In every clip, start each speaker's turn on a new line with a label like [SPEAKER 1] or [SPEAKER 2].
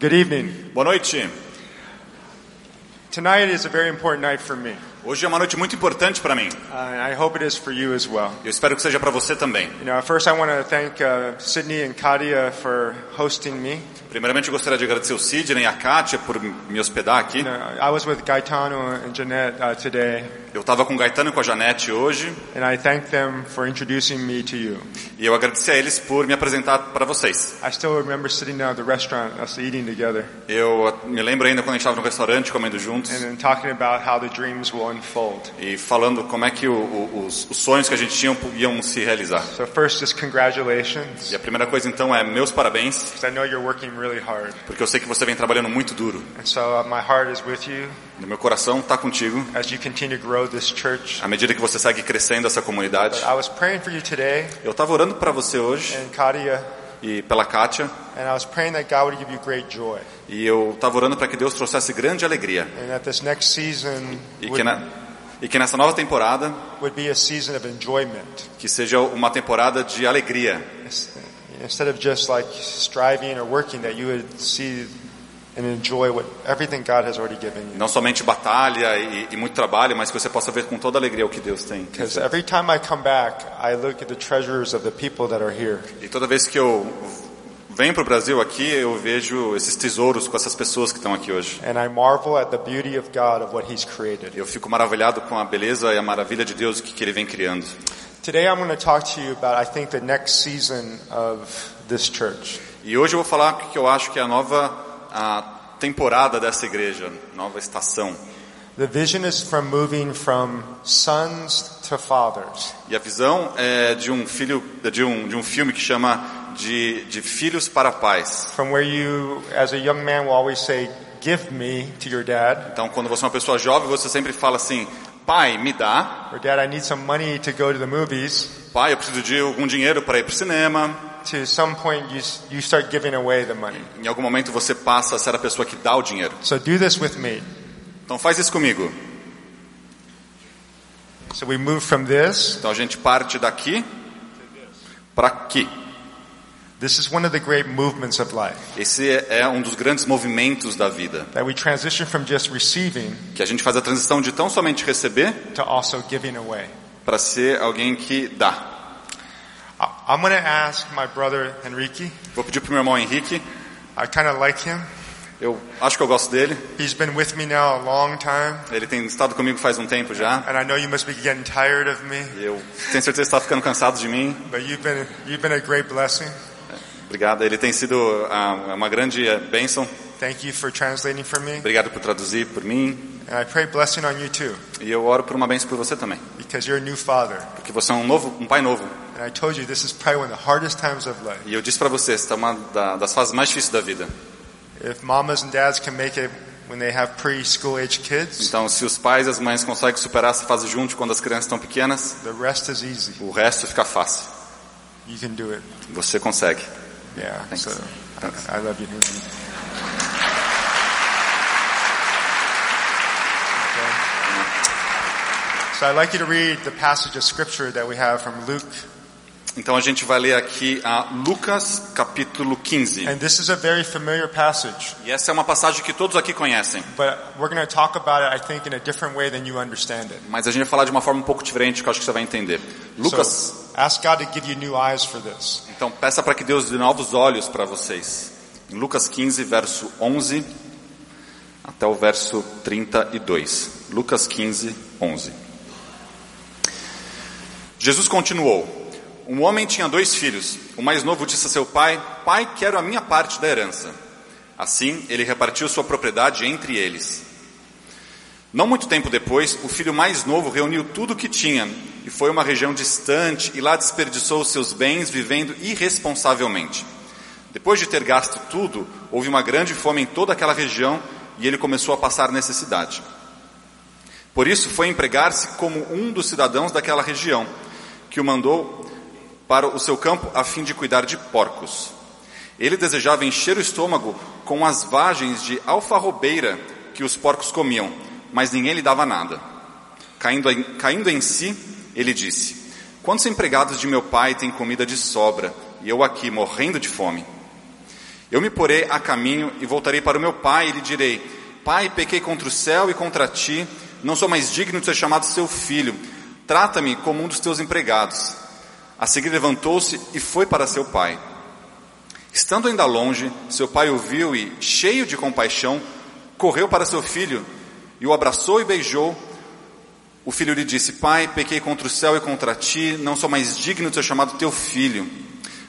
[SPEAKER 1] Good evening.
[SPEAKER 2] Boa noite.
[SPEAKER 1] Tonight is a very important night for me.
[SPEAKER 2] Hoje é uma noite muito importante para mim.
[SPEAKER 1] Uh, and I hope it is for you as well.
[SPEAKER 2] Eu espero que seja para você também.
[SPEAKER 1] You know, first I want to thank uh, Sydney and Katia for hosting me.
[SPEAKER 2] Primeiramente, eu gostaria de agradecer o Sidney e a Kátia por me hospedar aqui.
[SPEAKER 1] You know, Uh, I was with Gaetano and Jeanette uh, today,
[SPEAKER 2] Eu estava com o Gaetano e com a Janete hoje
[SPEAKER 1] and I thank them for introducing me to you.
[SPEAKER 2] e eu agradeci a eles por me apresentar para vocês.
[SPEAKER 1] I still remember sitting down at the restaurant, us eating together,
[SPEAKER 2] Eu ah, me lembro ainda quando a gente estava no restaurante comendo juntos
[SPEAKER 1] and then talking about how the dreams will unfold.
[SPEAKER 2] e falando como é que o- o- os, os sonhos que a gente tinha iam se realizar.
[SPEAKER 1] So first, just congratulations,
[SPEAKER 2] E a primeira coisa então é meus parabéns,
[SPEAKER 1] 'cause I know you're working really hard.
[SPEAKER 2] porque eu sei que você vem trabalhando muito duro.
[SPEAKER 1] And so uh, my heart is with you
[SPEAKER 2] E meu coração está contigo
[SPEAKER 1] as you continue to grow this church.
[SPEAKER 2] à medida que você segue crescendo essa comunidade.
[SPEAKER 1] I was praying for you today
[SPEAKER 2] Eu estava orando para você hoje
[SPEAKER 1] and Katia,
[SPEAKER 2] e pela Kátia
[SPEAKER 1] and I was praying that God would give you great joy
[SPEAKER 2] e eu estava orando para que Deus trouxesse grande alegria.
[SPEAKER 1] and that this next season
[SPEAKER 2] E que,
[SPEAKER 1] would,
[SPEAKER 2] na, e que nessa nova temporada,
[SPEAKER 1] would be a season of enjoyment
[SPEAKER 2] que seja uma temporada de alegria.
[SPEAKER 1] Ins- instead of just like striving or working, that you would see and enjoy what everything God has already given you.
[SPEAKER 2] Não somente batalha e, e muito trabalho, mas que você possa ver com toda a alegria o que Deus tem.
[SPEAKER 1] Because every time I come back, I look at the treasures of the people that are here.
[SPEAKER 2] E toda vez que eu venho para o Brasil aqui, eu vejo esses tesouros com essas pessoas que estão aqui hoje.
[SPEAKER 1] And I marvel at the beauty of God of what He's created.
[SPEAKER 2] Eu fico maravilhado com a beleza e a maravilha de Deus que, que Ele vem criando.
[SPEAKER 1] Today I'm going to talk to you about, I think, the next season of this church.
[SPEAKER 2] E hoje eu vou falar o que eu acho que é a nova a temporada dessa igreja, nova estação.
[SPEAKER 1] The vision is from moving from sons to fathers.
[SPEAKER 2] E a visão é de um filho de um, de um filme que chama de, de Filhos para Pais.
[SPEAKER 1] From where you, as a young man, will always say, give me to your dad,
[SPEAKER 2] Então, quando você é uma pessoa jovem, você sempre fala assim: pai, me dá.
[SPEAKER 1] or dad, I need some money to go to the movies,
[SPEAKER 2] Pai, eu preciso de algum dinheiro para ir para o cinema.
[SPEAKER 1] to some point you, s- you start giving away the money.
[SPEAKER 2] Em algum momento você passa a ser a pessoa que dá o dinheiro.
[SPEAKER 1] So do this with me.
[SPEAKER 2] Então, faz isso comigo.
[SPEAKER 1] So we move from this.
[SPEAKER 2] Então, a gente parte daqui para aqui.
[SPEAKER 1] This is one of the great movements of life,
[SPEAKER 2] Esse é um dos grandes movimentos da vida,
[SPEAKER 1] that we transition from just receiving
[SPEAKER 2] que a gente faz a transição de tão somente receber
[SPEAKER 1] to also giving away.
[SPEAKER 2] para ser alguém que dá.
[SPEAKER 1] I- I'm going to ask my brother Enrique.
[SPEAKER 2] Vou pedir pro meu irmão Henrique.
[SPEAKER 1] I kind of like him.
[SPEAKER 2] Eu acho que eu gosto dele.
[SPEAKER 1] He's been with me now a long time,
[SPEAKER 2] Ele tem estado comigo faz um tempo já.
[SPEAKER 1] and I know you must be getting tired of me,
[SPEAKER 2] Eu tenho certeza que está ficando cansado de mim.
[SPEAKER 1] but you've been you've been a great blessing.
[SPEAKER 2] Obrigado. Ele tem sido ah, uma grande eh, bênção.
[SPEAKER 1] Thank you for translating for me,
[SPEAKER 2] Obrigado por traduzir por mim.
[SPEAKER 1] and I pray blessing on you too,
[SPEAKER 2] E eu oro por uma bênção por você também,
[SPEAKER 1] because you're a new father.
[SPEAKER 2] porque você é um novo, um pai novo.
[SPEAKER 1] And I told you this is probably one of the hardest times of life.
[SPEAKER 2] E eu disse para você, essa é uma da- das fases mais difíceis da vida.
[SPEAKER 1] If mamas and dads can make it when they have preschool age kids,
[SPEAKER 2] Então, se os pais e as mães conseguem superar essa fase junto quando as crianças estão pequenas,
[SPEAKER 1] the rest is easy.
[SPEAKER 2] o resto fica fácil.
[SPEAKER 1] You can do it.
[SPEAKER 2] Você consegue.
[SPEAKER 1] Yeah.
[SPEAKER 2] Thanks.
[SPEAKER 1] So
[SPEAKER 2] Thanks.
[SPEAKER 1] I love you. Henry. Okay. So I'd like you to read the passage of scripture that we have from Luke
[SPEAKER 2] Então, a gente vai ler aqui a Lucas capítulo 15.
[SPEAKER 1] And this is a very familiar passage,
[SPEAKER 2] E essa é uma passagem que todos aqui conhecem,
[SPEAKER 1] but we're going to talk about it, I think, in a different way than you understand it.
[SPEAKER 2] mas a gente vai falar de uma forma um pouco diferente que eu acho que você vai entender. Lucas
[SPEAKER 1] So ask God to give you new eyes for this.
[SPEAKER 2] Então peça para que Deus dê novos olhos para vocês. Em Lucas 15, verso 11 até o verso 32. Lucas 15, 11. Jesus continuou: Um homem tinha dois filhos. O mais novo disse a seu pai: Pai, quero a minha parte da herança. Assim, ele repartiu sua propriedade entre eles. Não muito tempo depois, o filho mais novo reuniu tudo o que tinha e foi a uma região distante e lá desperdiçou os seus bens vivendo irresponsavelmente. Depois de ter gasto tudo, houve uma grande fome em toda aquela região e ele começou a passar necessidade. Por isso foi empregar-se como um dos cidadãos daquela região, que o mandou para o seu campo a fim de cuidar de porcos. Ele desejava encher o estômago com as vagens de alfarrobeira que os porcos comiam, mas ninguém lhe dava nada. Caindo em, caindo em si, ele disse: Quantos empregados de meu pai têm comida de sobra e eu aqui morrendo de fome? Eu me porei a caminho e voltarei para o meu pai e lhe direi: Pai, pequei contra o céu e contra ti, não sou mais digno de ser chamado seu filho. Trata-me como um dos teus empregados. A seguir levantou-se e foi para seu pai. Estando ainda longe, seu pai o viu e, cheio de compaixão, correu para seu filho e o abraçou e beijou. O filho lhe disse: Pai, pequei contra o céu e contra ti, não sou mais digno de ser chamado teu filho.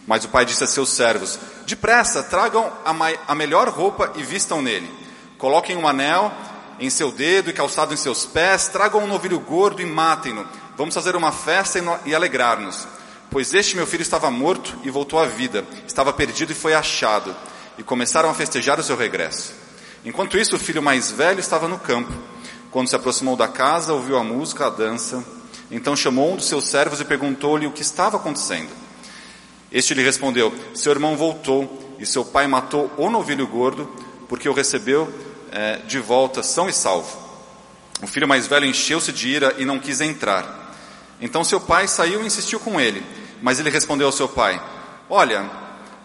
[SPEAKER 2] Mas o pai disse a seus servos: Depressa, tragam a, mai- a melhor roupa e vistam nele. Coloquem um anel em seu dedo e calçado em seus pés, tragam um novilho gordo e matem-no. Vamos fazer uma festa e, no- e alegrar-nos. Pois este meu filho estava morto e voltou à vida, estava perdido e foi achado. E começaram a festejar o seu regresso. Enquanto isso, o filho mais velho estava no campo. Quando se aproximou da casa, ouviu a música, a dança. Então chamou um dos seus servos e perguntou-lhe o que estava acontecendo. Este lhe respondeu: Seu irmão voltou e seu pai matou o novilho gordo, porque o recebeu eh, de volta são e salvo. O filho mais velho encheu-se de ira e não quis entrar. Então seu pai saiu e insistiu com ele, mas ele respondeu ao seu pai: Olha,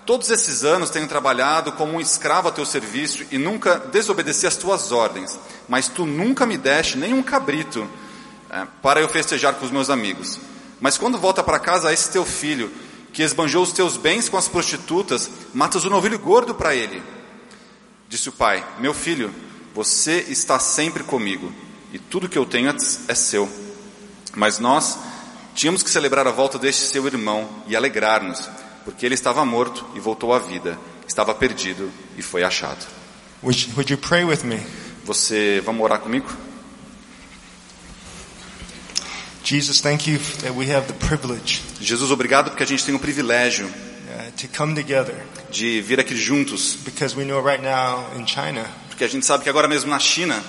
[SPEAKER 2] todos esses anos tenho trabalhado como um escravo a teu serviço e nunca desobedeci às tuas ordens, mas tu nunca me deste nem um cabrito eh, para eu festejar com os meus amigos. Mas quando volta para casa esse teu filho, que esbanjou os teus bens com as prostitutas, matas o novilho gordo para ele. Disse o pai: Meu filho, você está sempre comigo, e tudo que eu tenho é é seu. Mas nós tínhamos que celebrar a volta deste seu irmão e alegrar-nos, porque ele estava morto e voltou à vida, estava perdido e foi achado.
[SPEAKER 1] Would you, would you pray with me?
[SPEAKER 2] Você, vamos orar comigo?
[SPEAKER 1] Jesus, thank you that we have the privilege
[SPEAKER 2] Jesus, obrigado porque a gente tem o privilégio
[SPEAKER 1] uh, to come together
[SPEAKER 2] de vir aqui juntos,
[SPEAKER 1] because we know right now in China,
[SPEAKER 2] porque a gente sabe que agora mesmo na China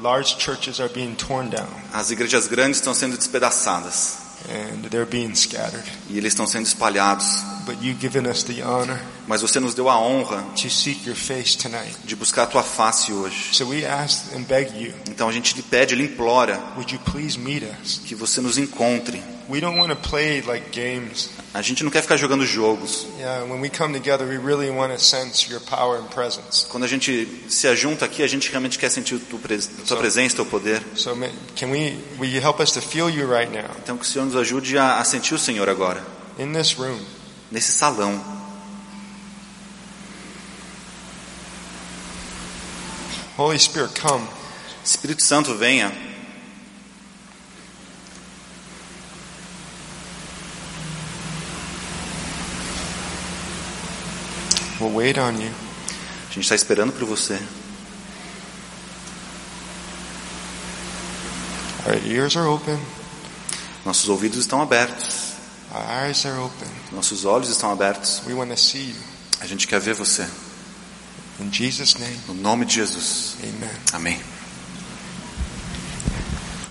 [SPEAKER 1] large churches are being torn down
[SPEAKER 2] as igrejas grandes estão sendo despedaçadas.
[SPEAKER 1] and they're being scattered.
[SPEAKER 2] e eles estão sendo espalhados.
[SPEAKER 1] But you've given us the honor
[SPEAKER 2] Mas você nos deu a honra
[SPEAKER 1] to seek your face tonight.
[SPEAKER 2] de buscar a tua face hoje.
[SPEAKER 1] So we ask and beg you,
[SPEAKER 2] Então a gente lhe pede, lhe implora
[SPEAKER 1] would you please meet us?
[SPEAKER 2] que você nos encontre.
[SPEAKER 1] We don't want to play like games.
[SPEAKER 2] A gente não quer ficar jogando jogos.
[SPEAKER 1] Yeah, when we come together, we really want to sense your power and presence.
[SPEAKER 2] Quando a gente se ajunta aqui, a gente realmente quer sentir tu pres- a tua presença, teu poder.
[SPEAKER 1] So ma- can we, will you help us to feel you right now
[SPEAKER 2] Então que o Senhor nos ajude a, a sentir o Senhor agora,
[SPEAKER 1] in this room?
[SPEAKER 2] nesse salão.
[SPEAKER 1] Holy Spirit, come.
[SPEAKER 2] Espírito Santo, venha.
[SPEAKER 1] We'll wait on you.
[SPEAKER 2] A gente está esperando por você.
[SPEAKER 1] Our ears are open.
[SPEAKER 2] Nossos ouvidos estão abertos,
[SPEAKER 1] Our eyes are open.
[SPEAKER 2] nossos olhos estão abertos.
[SPEAKER 1] We want to see you.
[SPEAKER 2] A gente quer ver você.
[SPEAKER 1] In Jesus' name,
[SPEAKER 2] No nome de Jesus.
[SPEAKER 1] amen.
[SPEAKER 2] Amém.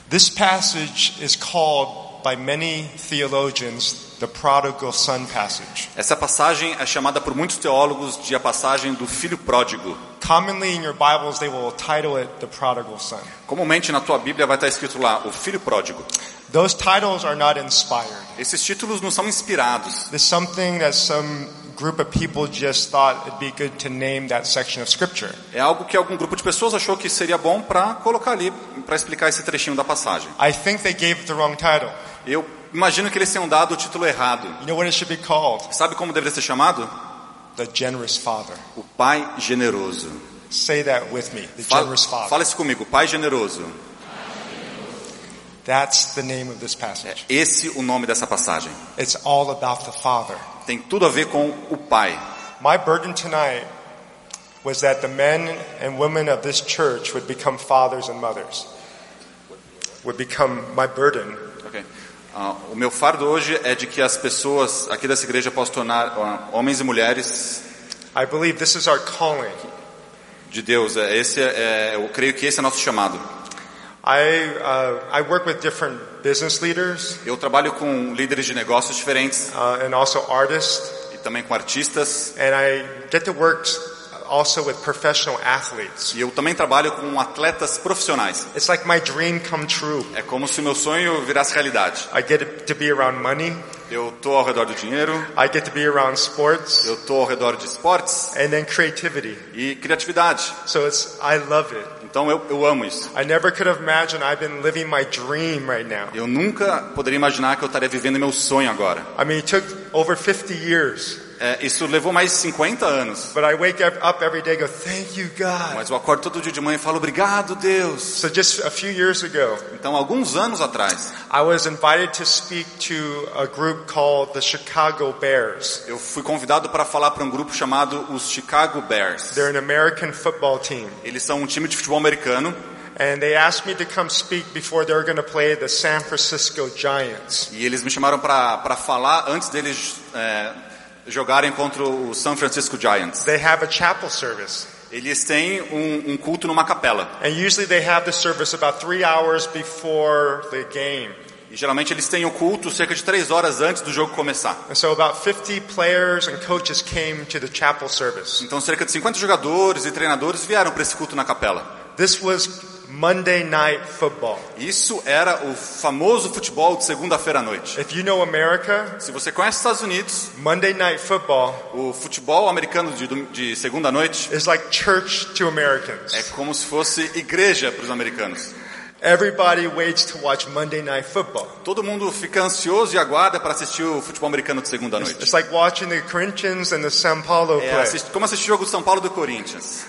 [SPEAKER 1] This passage is called by many theologians the prodigal son passage.
[SPEAKER 2] Essa passagem é chamada por muitos teólogos de a passagem do filho pródigo.
[SPEAKER 1] Commonly in your Bibles, they will title it the prodigal son.
[SPEAKER 2] Comumente na tua Bíblia vai estar escrito lá, o filho pródigo.
[SPEAKER 1] Those titles are not inspired.
[SPEAKER 2] Esses títulos não são inspirados.
[SPEAKER 1] There's something that some group of people just thought it'd be good to name that section of scripture.
[SPEAKER 2] É algo que algum grupo de pessoas achou que seria bom para colocar ali, para explicar esse trechinho da passagem.
[SPEAKER 1] I think they gave it the wrong title.
[SPEAKER 2] Eu imagino que eles tenham dado o título errado.
[SPEAKER 1] You know what it should be called?
[SPEAKER 2] Sabe como deveria ser chamado?
[SPEAKER 1] The generous father.
[SPEAKER 2] O Pai Generoso.
[SPEAKER 1] Say that with me. The
[SPEAKER 2] Fala,
[SPEAKER 1] generous father.
[SPEAKER 2] fala isso comigo, Pai Generoso.
[SPEAKER 1] That's the name of this
[SPEAKER 2] É
[SPEAKER 1] passage.
[SPEAKER 2] esse o nome dessa passagem.
[SPEAKER 1] It's all about the father.
[SPEAKER 2] Tem tudo a ver com o Pai.
[SPEAKER 1] My burden tonight was that the men and women of this church would become fathers and mothers. Would become my burden
[SPEAKER 2] Ah, o meu fardo hoje é de que as pessoas aqui dessa igreja possam tornar ah, homens e mulheres
[SPEAKER 1] I believe this is our calling.
[SPEAKER 2] de Deus. É, Esse é, é- eu creio que esse é nosso chamado.
[SPEAKER 1] I uh, I work with different business leaders
[SPEAKER 2] Eu trabalho com líderes de negócios diferentes
[SPEAKER 1] uh, and also artists,
[SPEAKER 2] e também com artistas.
[SPEAKER 1] and I get to work also with professional athletes.
[SPEAKER 2] E eu também trabalho com atletas profissionais.
[SPEAKER 1] It's like my dream come true.
[SPEAKER 2] É como se o meu sonho virasse realidade.
[SPEAKER 1] I get to be around money.
[SPEAKER 2] Eu tô ao redor do dinheiro,
[SPEAKER 1] I get to be around sports
[SPEAKER 2] eu tô ao redor de esportes
[SPEAKER 1] and then creativity.
[SPEAKER 2] e criatividade.
[SPEAKER 1] So it's, I love it.
[SPEAKER 2] Então eu, eu amo isso.
[SPEAKER 1] I never could have imagined I've been living my dream right now.
[SPEAKER 2] Eu nunca poderia imaginar que eu estaria vivendo meu sonho agora.
[SPEAKER 1] I mean, it took over 50 years,
[SPEAKER 2] É, isso levou mais de 50 anos.
[SPEAKER 1] but I wake up up every day and go, thank you, God.
[SPEAKER 2] Mas eu acordo todo dia de manhã e falo, obrigado, Deus.
[SPEAKER 1] So just a few years ago,
[SPEAKER 2] Então, alguns anos atrás,
[SPEAKER 1] I was invited to speak to a group called the Chicago Bears.
[SPEAKER 2] eu fui convidado para falar para um grupo chamado os Chicago Bears.
[SPEAKER 1] They're an American football team.
[SPEAKER 2] Eles são um time de futebol americano
[SPEAKER 1] And they asked me to come speak before they're going to play the San Francisco Giants.
[SPEAKER 2] e eles me chamaram para para falar antes deles é, jogarem contra o San Francisco Giants.
[SPEAKER 1] They have a chapel service.
[SPEAKER 2] Eles têm um, um culto numa capela
[SPEAKER 1] And usually they have the service about three hours before the game.
[SPEAKER 2] e geralmente eles têm o culto cerca de três horas antes do jogo começar.
[SPEAKER 1] And so about 50 players and coaches came to the chapel service.
[SPEAKER 2] Então, cerca de 50 jogadores e treinadores vieram para esse culto na capela.
[SPEAKER 1] This was Monday night football.
[SPEAKER 2] Isso era o famoso futebol de segunda-feira à noite.
[SPEAKER 1] If you know America,
[SPEAKER 2] Se você conhece os Estados Unidos,
[SPEAKER 1] Monday night football
[SPEAKER 2] o futebol americano de, dom- de segunda à noite
[SPEAKER 1] is like church to
[SPEAKER 2] é
[SPEAKER 1] Americans.
[SPEAKER 2] como se fosse igreja para os americanos.
[SPEAKER 1] Everybody waits to watch Monday night football.
[SPEAKER 2] Todo mundo fica ansioso e aguarda para assistir o futebol americano de segunda à noite.
[SPEAKER 1] It's like watching the Corinthians and the São Paulo
[SPEAKER 2] É,
[SPEAKER 1] play.
[SPEAKER 2] assist- como assistir o jogo do São Paulo e do Corinthians.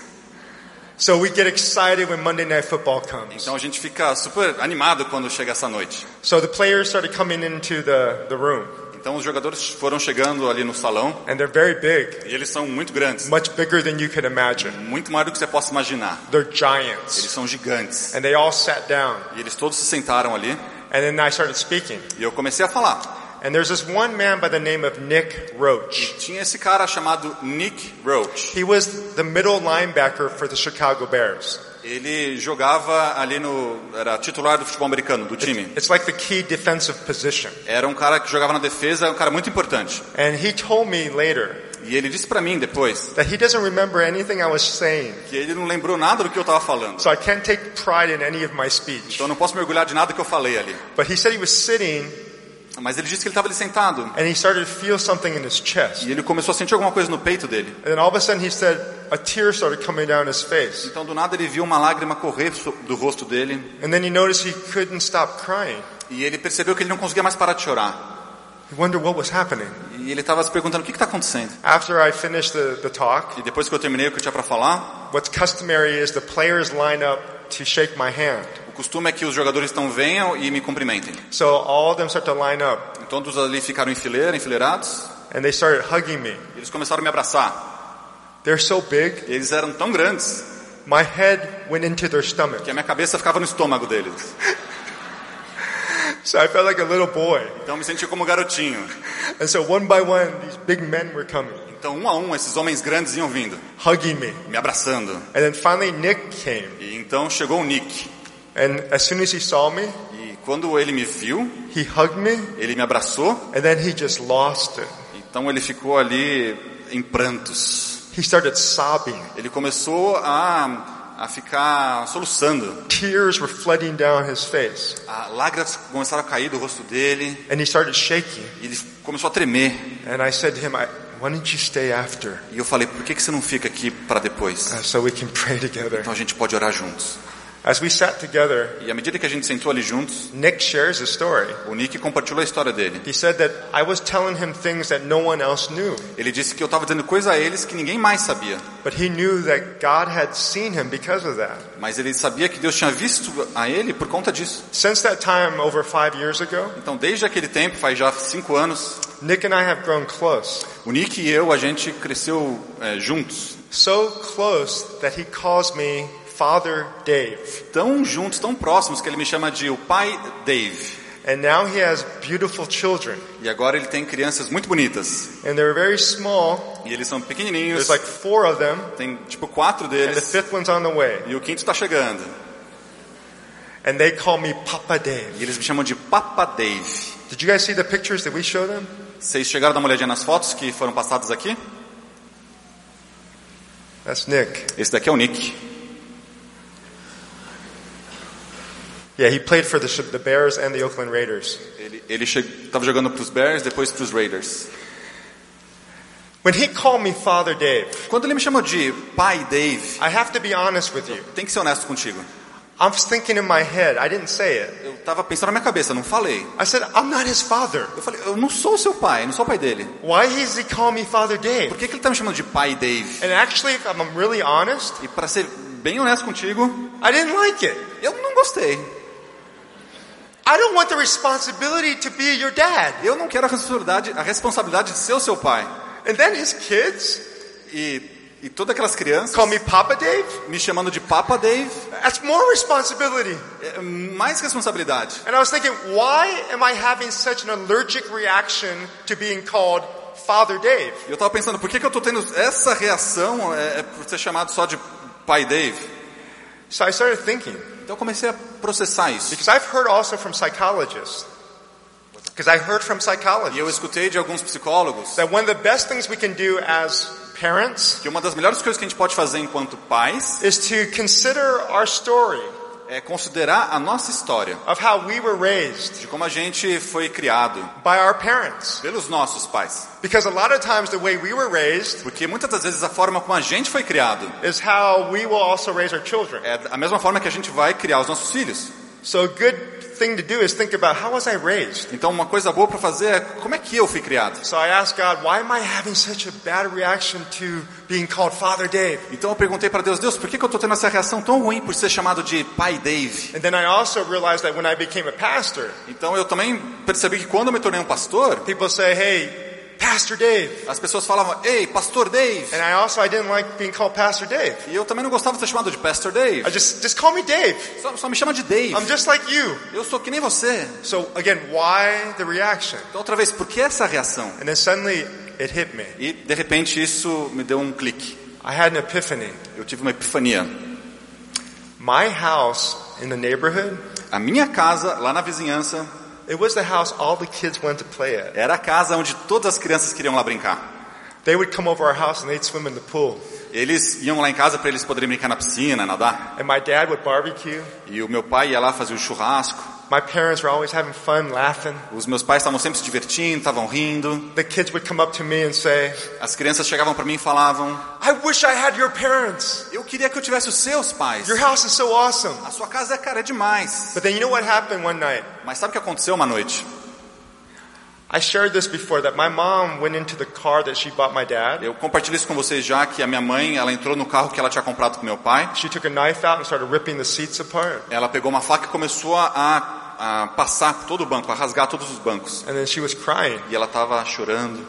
[SPEAKER 1] So we get excited when Monday night football comes.
[SPEAKER 2] Então a gente fica super animado quando chega essa noite.
[SPEAKER 1] So the players started coming into the, the room
[SPEAKER 2] Então os jogadores foram chegando ali no salão
[SPEAKER 1] and they're very big,
[SPEAKER 2] e eles são muito grandes,
[SPEAKER 1] much bigger than you could imagine.
[SPEAKER 2] muito maior do que você possa imaginar.
[SPEAKER 1] They're
[SPEAKER 2] Eles
[SPEAKER 1] giants.
[SPEAKER 2] são gigantes.
[SPEAKER 1] And they all sat down
[SPEAKER 2] E eles todos se sentaram ali
[SPEAKER 1] and then I started speaking.
[SPEAKER 2] e eu comecei a falar.
[SPEAKER 1] And there's this one man by the name of Nick Roach.
[SPEAKER 2] Tinha esse cara chamado Nick Roach.
[SPEAKER 1] He was the middle linebacker for the Chicago Bears.
[SPEAKER 2] Ele jogava ali no era titular do futebol americano do time.
[SPEAKER 1] It's like the key defensive position.
[SPEAKER 2] Era um cara que jogava na defesa, um cara muito importante.
[SPEAKER 1] And he told me later
[SPEAKER 2] E ele disse pra mim depois
[SPEAKER 1] that he doesn't remember anything I was saying.
[SPEAKER 2] que ele não lembrou nada do que eu tava falando.
[SPEAKER 1] So I can't take pride in any of my speech.
[SPEAKER 2] Então eu não posso mergulhar de nada que eu falei ali.
[SPEAKER 1] But he said he was sitting
[SPEAKER 2] Mas ele disse que ele tava ali sentado
[SPEAKER 1] and he started to feel something in his chest.
[SPEAKER 2] e ele começou a sentir alguma coisa no peito dele.
[SPEAKER 1] And then all of a sudden he said a tear started coming down his face.
[SPEAKER 2] Então do nada ele viu uma lágrima correr so- do rosto dele
[SPEAKER 1] And then he noticed he couldn't stop crying.
[SPEAKER 2] e ele percebeu que ele não conseguia mais parar de chorar.
[SPEAKER 1] He wondered what was happening.
[SPEAKER 2] E ele tava se perguntando o que que tá acontecendo.
[SPEAKER 1] After I finished the, the talk,
[SPEAKER 2] E depois que eu terminei o que eu tinha pra falar,
[SPEAKER 1] what's customary is the players line up to shake my hand.
[SPEAKER 2] o costume é que os jogadores então venham e me cumprimentem.
[SPEAKER 1] So all of them start to line up
[SPEAKER 2] Então todos ali ficaram em fileira, enfileirados.
[SPEAKER 1] and they started hugging me.
[SPEAKER 2] Eles começaram a me abraçar.
[SPEAKER 1] They're so big,
[SPEAKER 2] Eles eram tão grandes
[SPEAKER 1] my head went into their stomach.
[SPEAKER 2] que a minha cabeça ficava no estômago deles.
[SPEAKER 1] So I felt like a little boy.
[SPEAKER 2] Então eu me senti como um garotinho.
[SPEAKER 1] And so one by one, these big men were coming,
[SPEAKER 2] Então um a um esses homens grandes iam vindo,
[SPEAKER 1] hugging me.
[SPEAKER 2] me abraçando.
[SPEAKER 1] And then finally Nick came.
[SPEAKER 2] E então chegou o Nick.
[SPEAKER 1] And as soon as he saw me,
[SPEAKER 2] E quando ele me viu,
[SPEAKER 1] he hugged me
[SPEAKER 2] ele me abraçou.
[SPEAKER 1] and then he just lost it.
[SPEAKER 2] Então ele ficou ali em prantos.
[SPEAKER 1] He started sobbing.
[SPEAKER 2] Ele começou a a ficar soluçando.
[SPEAKER 1] Tears were flooding down his face
[SPEAKER 2] A lágrimas começaram a cair do rosto dele
[SPEAKER 1] and he started shaking.
[SPEAKER 2] e ele começou a tremer.
[SPEAKER 1] And I said to him, I, why don't you stay after
[SPEAKER 2] E eu falei: "Por que que você não fica aqui para depois?
[SPEAKER 1] uh, so we can pray together?
[SPEAKER 2] Então a gente pode orar juntos."
[SPEAKER 1] As we sat together,
[SPEAKER 2] E à medida que a gente sentou ali juntos,
[SPEAKER 1] Nick shares his story.
[SPEAKER 2] O Nick compartilhou a história dele.
[SPEAKER 1] He said that I was telling him things that no one else knew,
[SPEAKER 2] Ele disse que eu estava dizendo coisa a eles que ninguém mais sabia,
[SPEAKER 1] but he knew that God had seen him because of that.
[SPEAKER 2] mas ele sabia que Deus tinha visto a ele por conta disso.
[SPEAKER 1] Since that time, over five years ago,
[SPEAKER 2] Então, desde aquele tempo, faz já cinco anos,
[SPEAKER 1] Nick and I have grown close.
[SPEAKER 2] o Nick e eu a gente cresceu é, juntos,
[SPEAKER 1] So close that he calls me Father Dave.
[SPEAKER 2] tão juntos, tão próximos que ele me chama de o pai Dave.
[SPEAKER 1] And now he has beautiful children.
[SPEAKER 2] E agora ele tem crianças muito bonitas
[SPEAKER 1] And they're very small.
[SPEAKER 2] e eles são pequenininhos.
[SPEAKER 1] There's like four of them,
[SPEAKER 2] Tem tipo quatro
[SPEAKER 1] and the
[SPEAKER 2] deles
[SPEAKER 1] fifth one's on the way.
[SPEAKER 2] e o quinto está chegando.
[SPEAKER 1] And they call me Papa Dave.
[SPEAKER 2] E eles me chamam de Papa Dave.
[SPEAKER 1] Did you guys see the pictures that we show them?
[SPEAKER 2] Vocês chegaram a dar uma olhadinha nas fotos que foram passadas aqui?
[SPEAKER 1] That's Nick.
[SPEAKER 2] Esse daqui é o Nick.
[SPEAKER 1] Yeah, he played for the, Sh- the Bears and the Oakland Raiders.
[SPEAKER 2] Ele ele estava jogando para os Bears, depois para os Raiders.
[SPEAKER 1] When he called me Father Dave,
[SPEAKER 2] Quando ele me chamou de pai Dave,
[SPEAKER 1] I have to be honest with you.
[SPEAKER 2] tem que ser honesto contigo.
[SPEAKER 1] I was thinking in my head, I didn't say it.
[SPEAKER 2] Eu tava pensando na minha cabeça, não falei.
[SPEAKER 1] I said, I'm not his father.
[SPEAKER 2] Eu falei, eu não sou seu pai, não sou o pai dele.
[SPEAKER 1] Why is he calling me Father Dave?
[SPEAKER 2] Por que, que ele tá me chamando de pai Dave?
[SPEAKER 1] And actually, if I'm really honest,
[SPEAKER 2] E para ser bem honesto contigo,
[SPEAKER 1] I didn't like it.
[SPEAKER 2] eu não gostei.
[SPEAKER 1] I don't want the responsibility to be your dad.
[SPEAKER 2] Eu não quero a responsabilidade, a responsabilidade de ser o seu pai.
[SPEAKER 1] And then his kids
[SPEAKER 2] E, e todas aquelas crianças
[SPEAKER 1] call me Papa Dave.
[SPEAKER 2] me chamando de Papa Dave,
[SPEAKER 1] That's more responsibility.
[SPEAKER 2] é mais responsabilidade.
[SPEAKER 1] And I was thinking, why am I having such an allergic reaction to being called Father Dave?
[SPEAKER 2] E Eu tava pensando, por que, que eu tô tendo essa reação é, é por ser chamado só de pai Dave?
[SPEAKER 1] So I started thinking,
[SPEAKER 2] Então eu comecei a processar isso.
[SPEAKER 1] because I've heard also from psychologists, because I heard from
[SPEAKER 2] E
[SPEAKER 1] psychologists
[SPEAKER 2] eu escutei de alguns psicólogos
[SPEAKER 1] that one of the best things we can do as parents
[SPEAKER 2] que uma das melhores coisas que a gente pode fazer enquanto pais
[SPEAKER 1] is to consider our story
[SPEAKER 2] é considerar a nossa história,
[SPEAKER 1] of how we were raised
[SPEAKER 2] de como a gente foi criado
[SPEAKER 1] by our parents.
[SPEAKER 2] pelos nossos pais.
[SPEAKER 1] Because a lot of times the way we were raised
[SPEAKER 2] Porque muitas das vezes a forma como a gente foi criado
[SPEAKER 1] is how we will also raise our children.
[SPEAKER 2] é a mesma forma que a gente vai criar os nossos filhos.
[SPEAKER 1] So a good thing to do is think about how was I raised?
[SPEAKER 2] Então uma coisa boa para fazer é como é que eu fui criado.
[SPEAKER 1] So I asked God, why am I having such a bad reaction to being called Father Dave?
[SPEAKER 2] Então eu perguntei para Deus, Deus, por que, que eu estou tendo essa reação tão ruim por ser chamado de pai Dave?
[SPEAKER 1] And then I also realized that when I became a pastor,
[SPEAKER 2] Então eu também percebi que quando eu me tornei um pastor,
[SPEAKER 1] people say, hey, Pastor Dave.
[SPEAKER 2] as pessoas falavam, ei, pastor Dave.
[SPEAKER 1] And I also, I didn't like being called Pastor Dave.
[SPEAKER 2] E eu também não gostava de ser chamado de pastor
[SPEAKER 1] I
[SPEAKER 2] Dave.
[SPEAKER 1] just, just call me Dave.
[SPEAKER 2] Só, só me chama de Dave.
[SPEAKER 1] I'm just like you.
[SPEAKER 2] Eu sou que nem você.
[SPEAKER 1] So again, why the reaction?
[SPEAKER 2] Então outra vez, por que essa reação?
[SPEAKER 1] And then suddenly it hit me.
[SPEAKER 2] E de repente isso me deu um clique.
[SPEAKER 1] I had an epiphany.
[SPEAKER 2] Eu tive uma epifania.
[SPEAKER 1] My house in the neighborhood,
[SPEAKER 2] A minha casa, lá na vizinhança,
[SPEAKER 1] it was the house all the kids went to play at.
[SPEAKER 2] era a casa onde todas as crianças queriam lá brincar.
[SPEAKER 1] They would come over our house and they'd swim in the pool.
[SPEAKER 2] Eles iam lá em casa para eles poderem brincar na piscina, nadar.
[SPEAKER 1] And my dad would barbecue.
[SPEAKER 2] E o meu pai ia lá fazer o churrasco.
[SPEAKER 1] My parents were always having fun, laughing.
[SPEAKER 2] Os meus pais estavam sempre se divertindo, estavam rindo.
[SPEAKER 1] The kids would come up to me and say,
[SPEAKER 2] As crianças chegavam para mim e falavam:
[SPEAKER 1] I wish I had your parents.
[SPEAKER 2] Eu queria que eu tivesse os seus pais.
[SPEAKER 1] Your house is so awesome.
[SPEAKER 2] A sua casa é cara é demais.
[SPEAKER 1] But then you know what happened one night?
[SPEAKER 2] Mas sabe o que aconteceu uma noite?
[SPEAKER 1] I shared this before that my mom went into the car that she bought my dad.
[SPEAKER 2] Eu compartilho isso com vocês já que a minha mãe, ela entrou no carro que ela tinha comprado com meu pai.
[SPEAKER 1] She took a knife out and started ripping the seats apart.
[SPEAKER 2] Ela pegou uma faca e começou a, a passar todo o banco, a rasgar todos os bancos.
[SPEAKER 1] And then she was crying.
[SPEAKER 2] E ela estava chorando.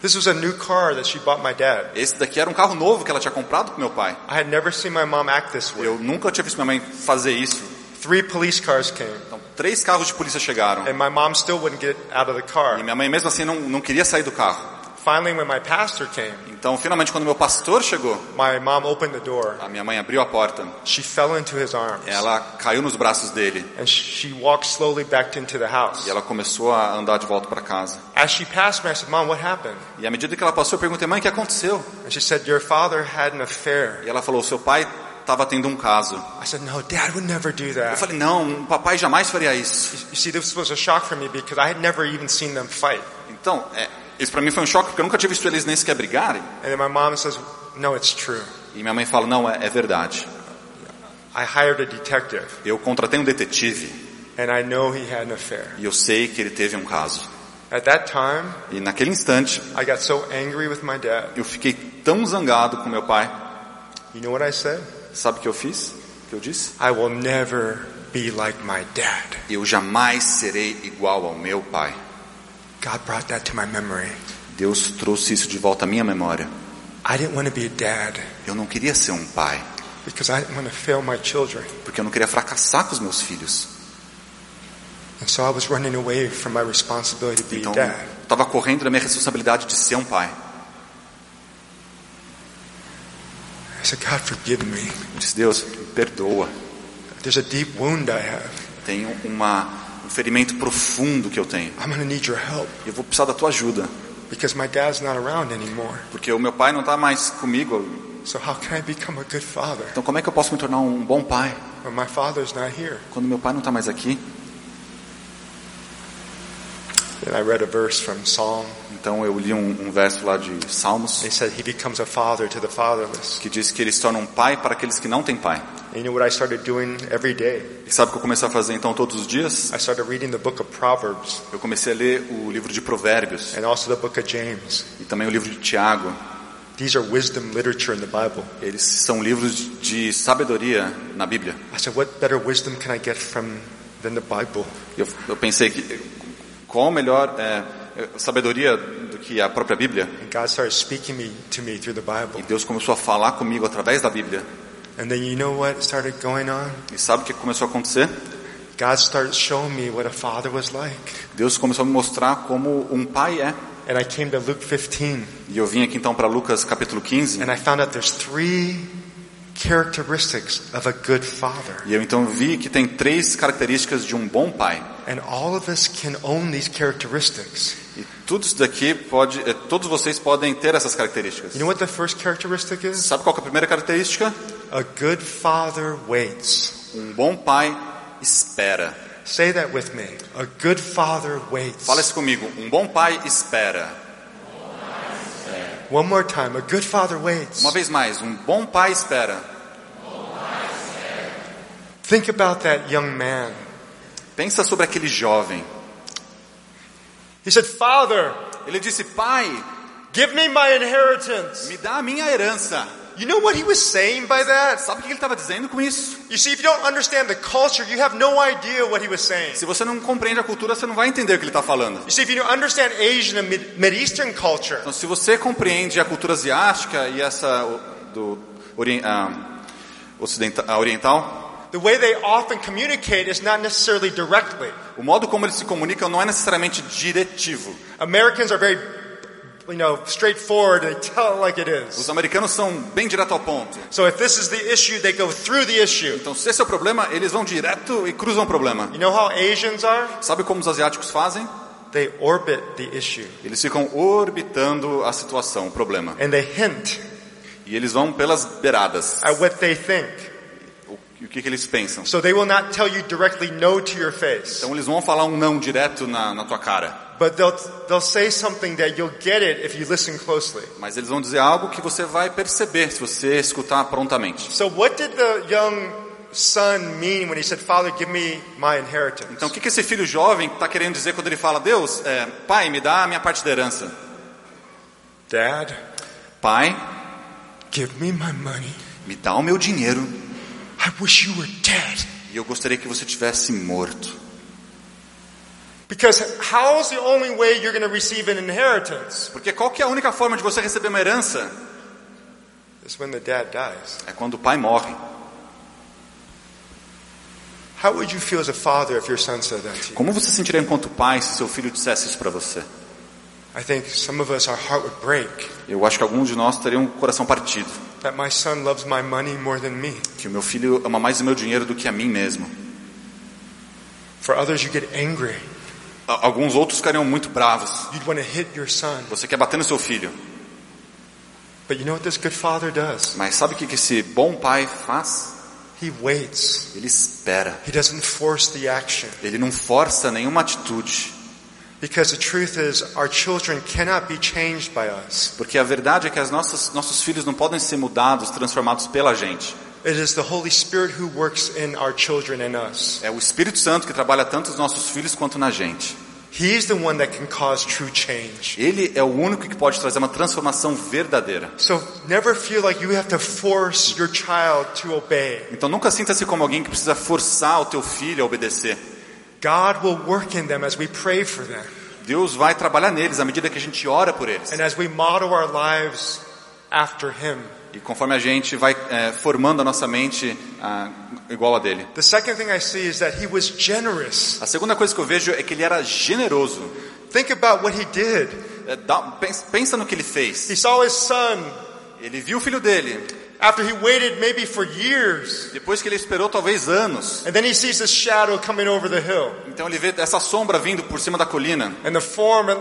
[SPEAKER 1] This was a new car that she bought my dad.
[SPEAKER 2] Esse daqui era um carro novo que ela tinha comprado com meu pai.
[SPEAKER 1] I had never seen my mom act this way.
[SPEAKER 2] Eu nunca tinha visto minha mãe fazer isso.
[SPEAKER 1] Three police cars came,
[SPEAKER 2] Então, três carros de polícia chegaram.
[SPEAKER 1] and my mom still wouldn't get out of the
[SPEAKER 2] E
[SPEAKER 1] car.
[SPEAKER 2] minha mãe, mesmo assim, não, não queria sair do carro.
[SPEAKER 1] Finally, when my pastor came,
[SPEAKER 2] Então, finalmente, quando meu pastor chegou,
[SPEAKER 1] my mom opened the door.
[SPEAKER 2] a minha mãe abriu a porta.
[SPEAKER 1] She fell into his arms,
[SPEAKER 2] Ela caiu nos braços dele.
[SPEAKER 1] and she walked slowly back into the house.
[SPEAKER 2] E ela começou a andar de volta para casa.
[SPEAKER 1] As she passed me, I said, Mom, what happened?
[SPEAKER 2] E à medida que ela passou, eu perguntei, mãe, o que aconteceu?
[SPEAKER 1] And she said, Your father had an affair.
[SPEAKER 2] E ela falou, seu pai estava tendo um caso.
[SPEAKER 1] I said, No, Dad would never do
[SPEAKER 2] Eu
[SPEAKER 1] that.
[SPEAKER 2] falei, não, o papai jamais faria isso.
[SPEAKER 1] You see, this was a shock for me because I had never even seen them fight.
[SPEAKER 2] Então, é, isso para mim foi um choque, porque eu nunca tinha visto eles nem sequer brigarem.
[SPEAKER 1] And then my mom says, No, it's true.
[SPEAKER 2] E minha mãe fala, não, é, é verdade.
[SPEAKER 1] I hired a detective,
[SPEAKER 2] Eu contratei um detetive
[SPEAKER 1] and I know he had an affair.
[SPEAKER 2] e eu sei que ele teve um caso.
[SPEAKER 1] At that time,
[SPEAKER 2] E naquele instante,
[SPEAKER 1] I got so angry with my dad.
[SPEAKER 2] eu fiquei tão zangado com meu pai.
[SPEAKER 1] You know what I said?
[SPEAKER 2] Sabe o que eu fiz? O que eu disse?
[SPEAKER 1] I will never be like my dad.
[SPEAKER 2] Eu jamais serei igual ao meu pai.
[SPEAKER 1] God brought that to my memory.
[SPEAKER 2] Deus trouxe isso de volta à minha memória.
[SPEAKER 1] I didn't want to be a dad
[SPEAKER 2] Eu não queria ser um pai,
[SPEAKER 1] because I didn't want to fail my children.
[SPEAKER 2] porque eu não queria fracassar com os meus filhos.
[SPEAKER 1] And so I was running away from my responsibility to be
[SPEAKER 2] Então,
[SPEAKER 1] a dad.
[SPEAKER 2] eu estava correndo da minha responsabilidade de ser um pai.
[SPEAKER 1] I said, God, forgive me.
[SPEAKER 2] Eu disse, Deus, me perdoa.
[SPEAKER 1] There's a deep wound I have.
[SPEAKER 2] Tenho uma, um ferimento profundo que eu tenho.
[SPEAKER 1] I'm going to need your help
[SPEAKER 2] Eu vou precisar da tua ajuda,
[SPEAKER 1] because my dad's not around anymore.
[SPEAKER 2] porque o meu pai não está tá mais comigo.
[SPEAKER 1] So how can I become a good father
[SPEAKER 2] Então, como é que eu posso me tornar um bom pai
[SPEAKER 1] when my father's not here?
[SPEAKER 2] quando meu pai não está mais aqui?
[SPEAKER 1] And I read a verse from Psalm.
[SPEAKER 2] Então, eu li um, um verso lá de Salmos
[SPEAKER 1] He said he becomes a father to the fatherless.
[SPEAKER 2] que diz que ele se torna um pai para aqueles que não têm pai.
[SPEAKER 1] And you know what I started doing every day?
[SPEAKER 2] E sabe o que eu comecei a fazer então todos os dias?
[SPEAKER 1] I started reading the book of Proverbs
[SPEAKER 2] Eu comecei a ler o livro de Provérbios
[SPEAKER 1] and also the book of James.
[SPEAKER 2] e também o livro de Tiago.
[SPEAKER 1] These are wisdom literature in the Bible.
[SPEAKER 2] Eles são livros de sabedoria na Bíblia.
[SPEAKER 1] I said, what better wisdom can I get from than the Bible?
[SPEAKER 2] Eu, eu pensei que qual melhor é, sabedoria do que a própria Bíblia?
[SPEAKER 1] And God started speaking me to me through the Bible.
[SPEAKER 2] E Deus começou a falar comigo através da Bíblia.
[SPEAKER 1] And then you know what started going on?
[SPEAKER 2] E sabe o que começou a acontecer?
[SPEAKER 1] God started showing me what a father was like.
[SPEAKER 2] Deus começou a me mostrar como um pai é.
[SPEAKER 1] And I came to Luke 15
[SPEAKER 2] E eu vim aqui então para Lucas capítulo 15.
[SPEAKER 1] and I found out there's three characteristics of a good father.
[SPEAKER 2] E eu então vi que tem três características de um bom pai.
[SPEAKER 1] And all of us can own these characteristics.
[SPEAKER 2] E tudo isso daqui pode, eh, todos vocês podem ter essas características.
[SPEAKER 1] You know what the first characteristic is?
[SPEAKER 2] Sabe qual que é a primeira característica?
[SPEAKER 1] A good father waits.
[SPEAKER 2] Um bom pai espera.
[SPEAKER 1] Say that with me. A good father waits.
[SPEAKER 2] Fala isso comigo. Um bom pai espera.
[SPEAKER 1] One more time. A good father waits.
[SPEAKER 2] Uma vez mais, um bom pai espera.
[SPEAKER 1] Think about that young man.
[SPEAKER 2] Pensa sobre aquele jovem.
[SPEAKER 1] He said, Father,
[SPEAKER 2] Ele disse: Pai,
[SPEAKER 1] give me my inheritance.
[SPEAKER 2] me dá a minha herança. é,
[SPEAKER 1] You know what he was saying by that?
[SPEAKER 2] Sabe o que ele estava dizendo com isso?
[SPEAKER 1] You see, if you don't understand the culture, you have no idea what he was saying.
[SPEAKER 2] Se você não compreende a cultura, você não vai entender o que ele está falando.
[SPEAKER 1] You see, if you don't understand Asian and Mid- Mid-Eastern culture,
[SPEAKER 2] Então, se você compreende a cultura asiática e essa o- do orien- ah, ocidenta- ah, oriental,
[SPEAKER 1] the way they often communicate is not necessarily directly.
[SPEAKER 2] o modo como eles se comunicam não é necessariamente diretivo.
[SPEAKER 1] Americans are very, you know, straightforward. They tell it like it is.
[SPEAKER 2] Os americanos são bem direto ao ponto.
[SPEAKER 1] So if this is the issue, they go through the issue.
[SPEAKER 2] Então, se esse é o problema, eles vão direto e cruzam o problema.
[SPEAKER 1] You know how Asians are?
[SPEAKER 2] Sabe como os asiáticos fazem?
[SPEAKER 1] They orbit the issue
[SPEAKER 2] Eles ficam orbitando a situação, o problema.
[SPEAKER 1] and they hint
[SPEAKER 2] E eles vão pelas beiradas.
[SPEAKER 1] at what they think.
[SPEAKER 2] O, e o que, que eles pensam?
[SPEAKER 1] So they will not tell you directly no to your face,
[SPEAKER 2] Então eles vão falar um não direto na, na tua cara.
[SPEAKER 1] but they'll they'll say something that you'll get it if you listen closely.
[SPEAKER 2] Mas eles vão dizer algo que você vai perceber se você escutar prontamente.
[SPEAKER 1] So what did the young son mean when he said, "Father, give me my inheritance"?
[SPEAKER 2] Então o que, que esse filho jovem está querendo dizer quando ele fala, Deus, é, pai, me dá a minha parte da herança.
[SPEAKER 1] Dad,
[SPEAKER 2] Pai,
[SPEAKER 1] give me my money.
[SPEAKER 2] me dá o meu dinheiro
[SPEAKER 1] I wish you were dead.
[SPEAKER 2] e eu gostaria que você tivesse morto.
[SPEAKER 1] Because how's the only way you're going to receive an inheritance?
[SPEAKER 2] Porque qual que é a única forma de você receber uma herança?
[SPEAKER 1] Is when the dad dies.
[SPEAKER 2] É quando o pai morre.
[SPEAKER 1] How would you feel as a father if your son said that to you?
[SPEAKER 2] Como você se sentiria enquanto pai se seu filho dissesse isso para você?
[SPEAKER 1] I think some of us, our heart would break
[SPEAKER 2] Eu acho que alguns de nós teriam um coração partido.
[SPEAKER 1] that my son loves my money more than me.
[SPEAKER 2] Que o meu filho ama mais o meu dinheiro do que a mim mesmo.
[SPEAKER 1] For others, you get angry.
[SPEAKER 2] A- Alguns outros ficariam muito bravos.
[SPEAKER 1] You'd want to hit your son.
[SPEAKER 2] Você quer bater no seu filho.
[SPEAKER 1] But you know what this good father does?
[SPEAKER 2] Mas sabe o que que esse bom pai faz?
[SPEAKER 1] He waits.
[SPEAKER 2] Ele espera.
[SPEAKER 1] He doesn't force the action.
[SPEAKER 2] Ele não força nenhuma atitude.
[SPEAKER 1] Because the truth is, our children cannot be changed by us.
[SPEAKER 2] Porque a verdade é que as nossas, nossos filhos não podem ser mudados, transformados pela gente.
[SPEAKER 1] It is the Holy Spirit who works in our children and us.
[SPEAKER 2] É o Espírito Santo que trabalha tanto os nossos filhos quanto na gente.
[SPEAKER 1] He's the one that can cause true change.
[SPEAKER 2] Ele é o único que pode trazer uma transformação verdadeira.
[SPEAKER 1] So never feel like you have to force your child to obey.
[SPEAKER 2] Então nunca sinta-se como alguém que precisa forçar o teu filho a obedecer.
[SPEAKER 1] God will work in them as we pray for them
[SPEAKER 2] Deus vai trabalhar neles à medida que a gente ora por eles.
[SPEAKER 1] and as we model our lives after Him.
[SPEAKER 2] E conforme a gente vai eh, formando a nossa mente ah, igual a dele.
[SPEAKER 1] The second thing I see is that He was generous.
[SPEAKER 2] A segunda coisa que eu vejo é que ele era generoso.
[SPEAKER 1] Think about what He did.
[SPEAKER 2] É, dá- pensa, pensa no que ele fez.
[SPEAKER 1] He saw His son
[SPEAKER 2] Ele viu o filho dele,
[SPEAKER 1] after He waited maybe for years,
[SPEAKER 2] depois que ele esperou talvez anos.
[SPEAKER 1] and then He sees this shadow coming over the hill
[SPEAKER 2] Então ele vê essa sombra vindo por cima da colina.
[SPEAKER 1] and the form, and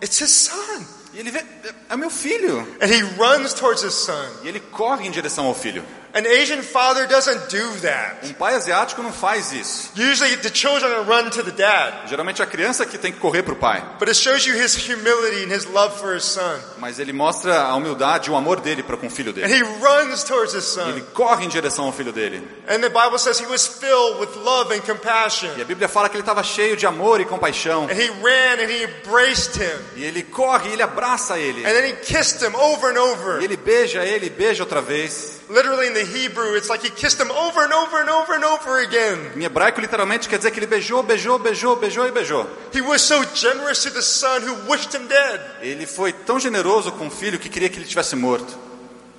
[SPEAKER 1] it's His son.
[SPEAKER 2] E E ele vê, é meu filho.
[SPEAKER 1] and he runs towards his son.
[SPEAKER 2] E ele corre em direção ao filho.
[SPEAKER 1] An Asian father doesn't do that.
[SPEAKER 2] Um pai asiático não faz isso.
[SPEAKER 1] Usually the children will run to the dad,
[SPEAKER 2] Geralmente a criança que tem que correr pro pai.
[SPEAKER 1] but it shows you his humility and his love for his son.
[SPEAKER 2] Mas ele mostra a humildade e o amor dele para com o filho
[SPEAKER 1] And
[SPEAKER 2] dele.
[SPEAKER 1] he runs towards his son.
[SPEAKER 2] Ele corre em direção ao filho dele.
[SPEAKER 1] And the Bible says he was filled with love and compassion.
[SPEAKER 2] E a Bíblia fala que ele estava cheio de amor e compaixão.
[SPEAKER 1] And he ran and he embraced him.
[SPEAKER 2] E ele corre, e ele abraça ele.
[SPEAKER 1] And then he kissed him over and
[SPEAKER 2] E
[SPEAKER 1] over.
[SPEAKER 2] ele beija ele, beija outra vez.
[SPEAKER 1] Literally in the Hebrew, it's like he kissed him over and over and over and over again.
[SPEAKER 2] Em hebraico, literalmente, quer dizer que ele beijou, beijou, beijou, beijou e beijou.
[SPEAKER 1] He was so generous to the son who wished him dead.
[SPEAKER 2] Ele foi tão generoso com o filho que queria que ele tivesse morto.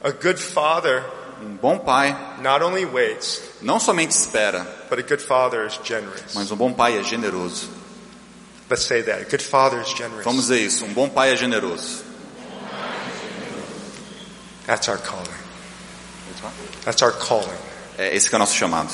[SPEAKER 1] A good father
[SPEAKER 2] Um bom pai
[SPEAKER 1] not only waits,
[SPEAKER 2] não somente espera,
[SPEAKER 1] but a good father is generous.
[SPEAKER 2] mas um bom pai é generoso.
[SPEAKER 1] Let's say that. A good father is generous.
[SPEAKER 2] Vamos dizer isso, um bom pai é generoso.
[SPEAKER 1] That's our calling. That's our calling.
[SPEAKER 2] É esse que é o nosso chamado.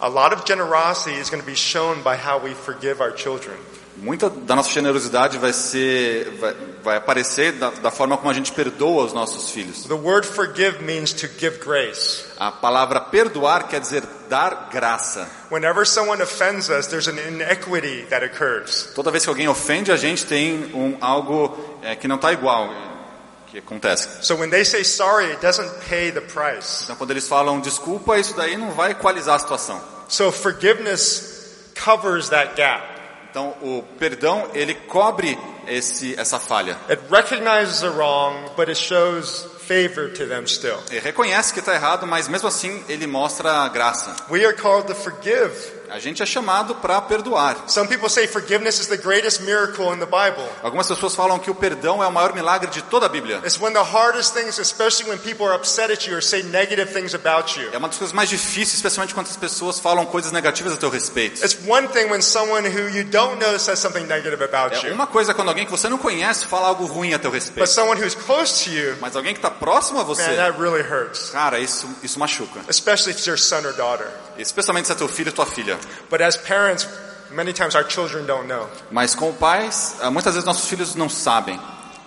[SPEAKER 1] A lot of generosity is going to be shown by how we forgive our children.
[SPEAKER 2] Muita da nossa generosidade vai ser, vai, vai aparecer da, da forma como a gente perdoa os nossos filhos.
[SPEAKER 1] The word forgive means to give grace.
[SPEAKER 2] A palavra perdoar quer dizer dar graça.
[SPEAKER 1] Whenever someone offends us, there's an inequity that occurs.
[SPEAKER 2] Toda vez que alguém ofende a gente tem um algo é, que não está igual é, que acontece.
[SPEAKER 1] So when they say sorry, it doesn't pay the price.
[SPEAKER 2] Então quando eles falam desculpa, isso daí não vai equalizar a situação.
[SPEAKER 1] So forgiveness covers that gap.
[SPEAKER 2] Então o perdão ele cobre esse essa falha.
[SPEAKER 1] It recognizes the wrong, but it shows favor to them still.
[SPEAKER 2] Ele reconhece que está errado, mas mesmo assim ele mostra a graça.
[SPEAKER 1] We are called to forgive.
[SPEAKER 2] A gente é chamado para perdoar.
[SPEAKER 1] Some people say forgiveness is the greatest miracle in the Bible.
[SPEAKER 2] Algumas pessoas falam que o perdão é o maior milagre de toda a Bíblia.
[SPEAKER 1] It's when the hardest things, especially when people are upset at you or say negative things about you.
[SPEAKER 2] É uma das coisas mais difíceis, especialmente quando as pessoas falam coisas negativas a teu respeito.
[SPEAKER 1] It's one thing when someone who you don't know says something negative about
[SPEAKER 2] É
[SPEAKER 1] you,
[SPEAKER 2] uma coisa quando alguém que você não conhece fala algo ruim a teu
[SPEAKER 1] but
[SPEAKER 2] respeito.
[SPEAKER 1] someone who's close to you,
[SPEAKER 2] Mas alguém que está próximo a
[SPEAKER 1] man,
[SPEAKER 2] você,
[SPEAKER 1] that really hurts.
[SPEAKER 2] Cara, isso, isso machuca.
[SPEAKER 1] Especially if it's your son or daughter.
[SPEAKER 2] Especialmente se é teu filho ou tua filha.
[SPEAKER 1] But as parents, many times our children don't know.
[SPEAKER 2] Mas com pais, ah, muitas vezes nossos filhos não sabem.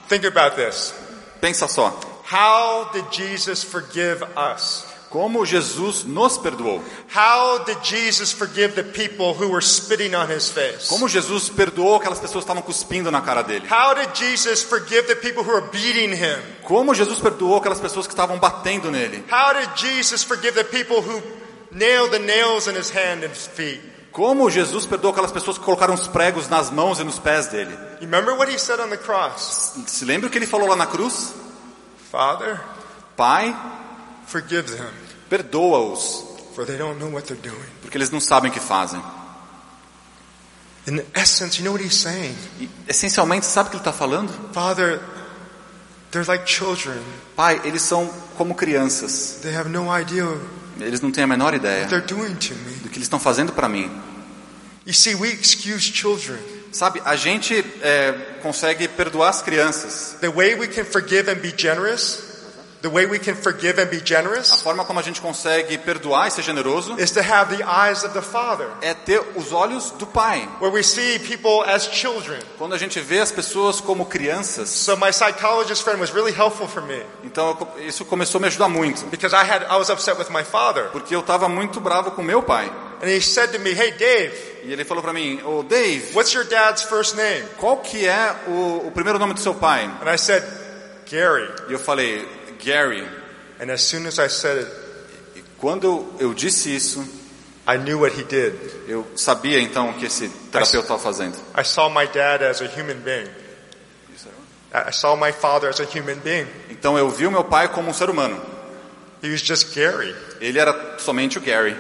[SPEAKER 1] Think about this.
[SPEAKER 2] Pensa só.
[SPEAKER 1] How did Jesus forgive us?
[SPEAKER 2] Como Jesus nos perdoou.
[SPEAKER 1] How did Jesus forgive the people who were spitting on his face?
[SPEAKER 2] Como Jesus perdoou aquelas pessoas que estavam cuspindo na cara dele.
[SPEAKER 1] How did Jesus forgive the people who were beating him?
[SPEAKER 2] Como Jesus perdoou aquelas pessoas que estavam batendo nele.
[SPEAKER 1] How did Jesus forgive the people who nailed the nails in his hand and feet?
[SPEAKER 2] Como Jesus perdoou aquelas pessoas que colocaram os pregos nas mãos e nos pés dele.
[SPEAKER 1] You remember what he said on the cross?
[SPEAKER 2] Se lembra o que ele falou lá na cruz?
[SPEAKER 1] Father,
[SPEAKER 2] Pai,
[SPEAKER 1] forgive them,
[SPEAKER 2] perdoa-os,
[SPEAKER 1] for they don't know what they're doing.
[SPEAKER 2] porque eles não sabem o que fazem.
[SPEAKER 1] In essence, you know what he's saying?
[SPEAKER 2] E, essencialmente, sabe o que ele está falando?
[SPEAKER 1] Father, they're like children.
[SPEAKER 2] Pai, eles são como crianças.
[SPEAKER 1] They have no idea what
[SPEAKER 2] Eles não têm a menor ideia
[SPEAKER 1] they're doing to me.
[SPEAKER 2] do que eles estão fazendo para mim.
[SPEAKER 1] You see, we excuse children.
[SPEAKER 2] Sabe, a gente é, consegue perdoar as crianças.
[SPEAKER 1] The way we can forgive and be generous, the way we can forgive and be
[SPEAKER 2] A
[SPEAKER 1] generous
[SPEAKER 2] forma como a gente consegue perdoar e ser generoso
[SPEAKER 1] is to have the eyes of the Father,
[SPEAKER 2] é ter os olhos do Pai.
[SPEAKER 1] where we see people as children.
[SPEAKER 2] Quando a gente vê as pessoas como crianças,
[SPEAKER 1] So my psychologist friend was really helpful for me
[SPEAKER 2] então eu co- isso começou a me ajudar muito.
[SPEAKER 1] because I had I was upset with my father,
[SPEAKER 2] Porque eu estava muito bravo com meu pai.
[SPEAKER 1] and he said to me, "Hey Dave,
[SPEAKER 2] E ele falou para mim, ô Dave,
[SPEAKER 1] what's your dad's first name?"
[SPEAKER 2] qual que é o, o primeiro nome do seu pai?
[SPEAKER 1] And I said, "Gary."
[SPEAKER 2] E eu falei, Gary.
[SPEAKER 1] And as soon as I said it,
[SPEAKER 2] E quando eu disse isso,
[SPEAKER 1] I knew what he did.
[SPEAKER 2] eu sabia então o que esse terapeuta estava fazendo.
[SPEAKER 1] I saw my dad as a human being. I I saw my father as a human being.
[SPEAKER 2] Então eu vi o meu pai como um ser humano.
[SPEAKER 1] He was just Gary.
[SPEAKER 2] Ele era somente o Gary,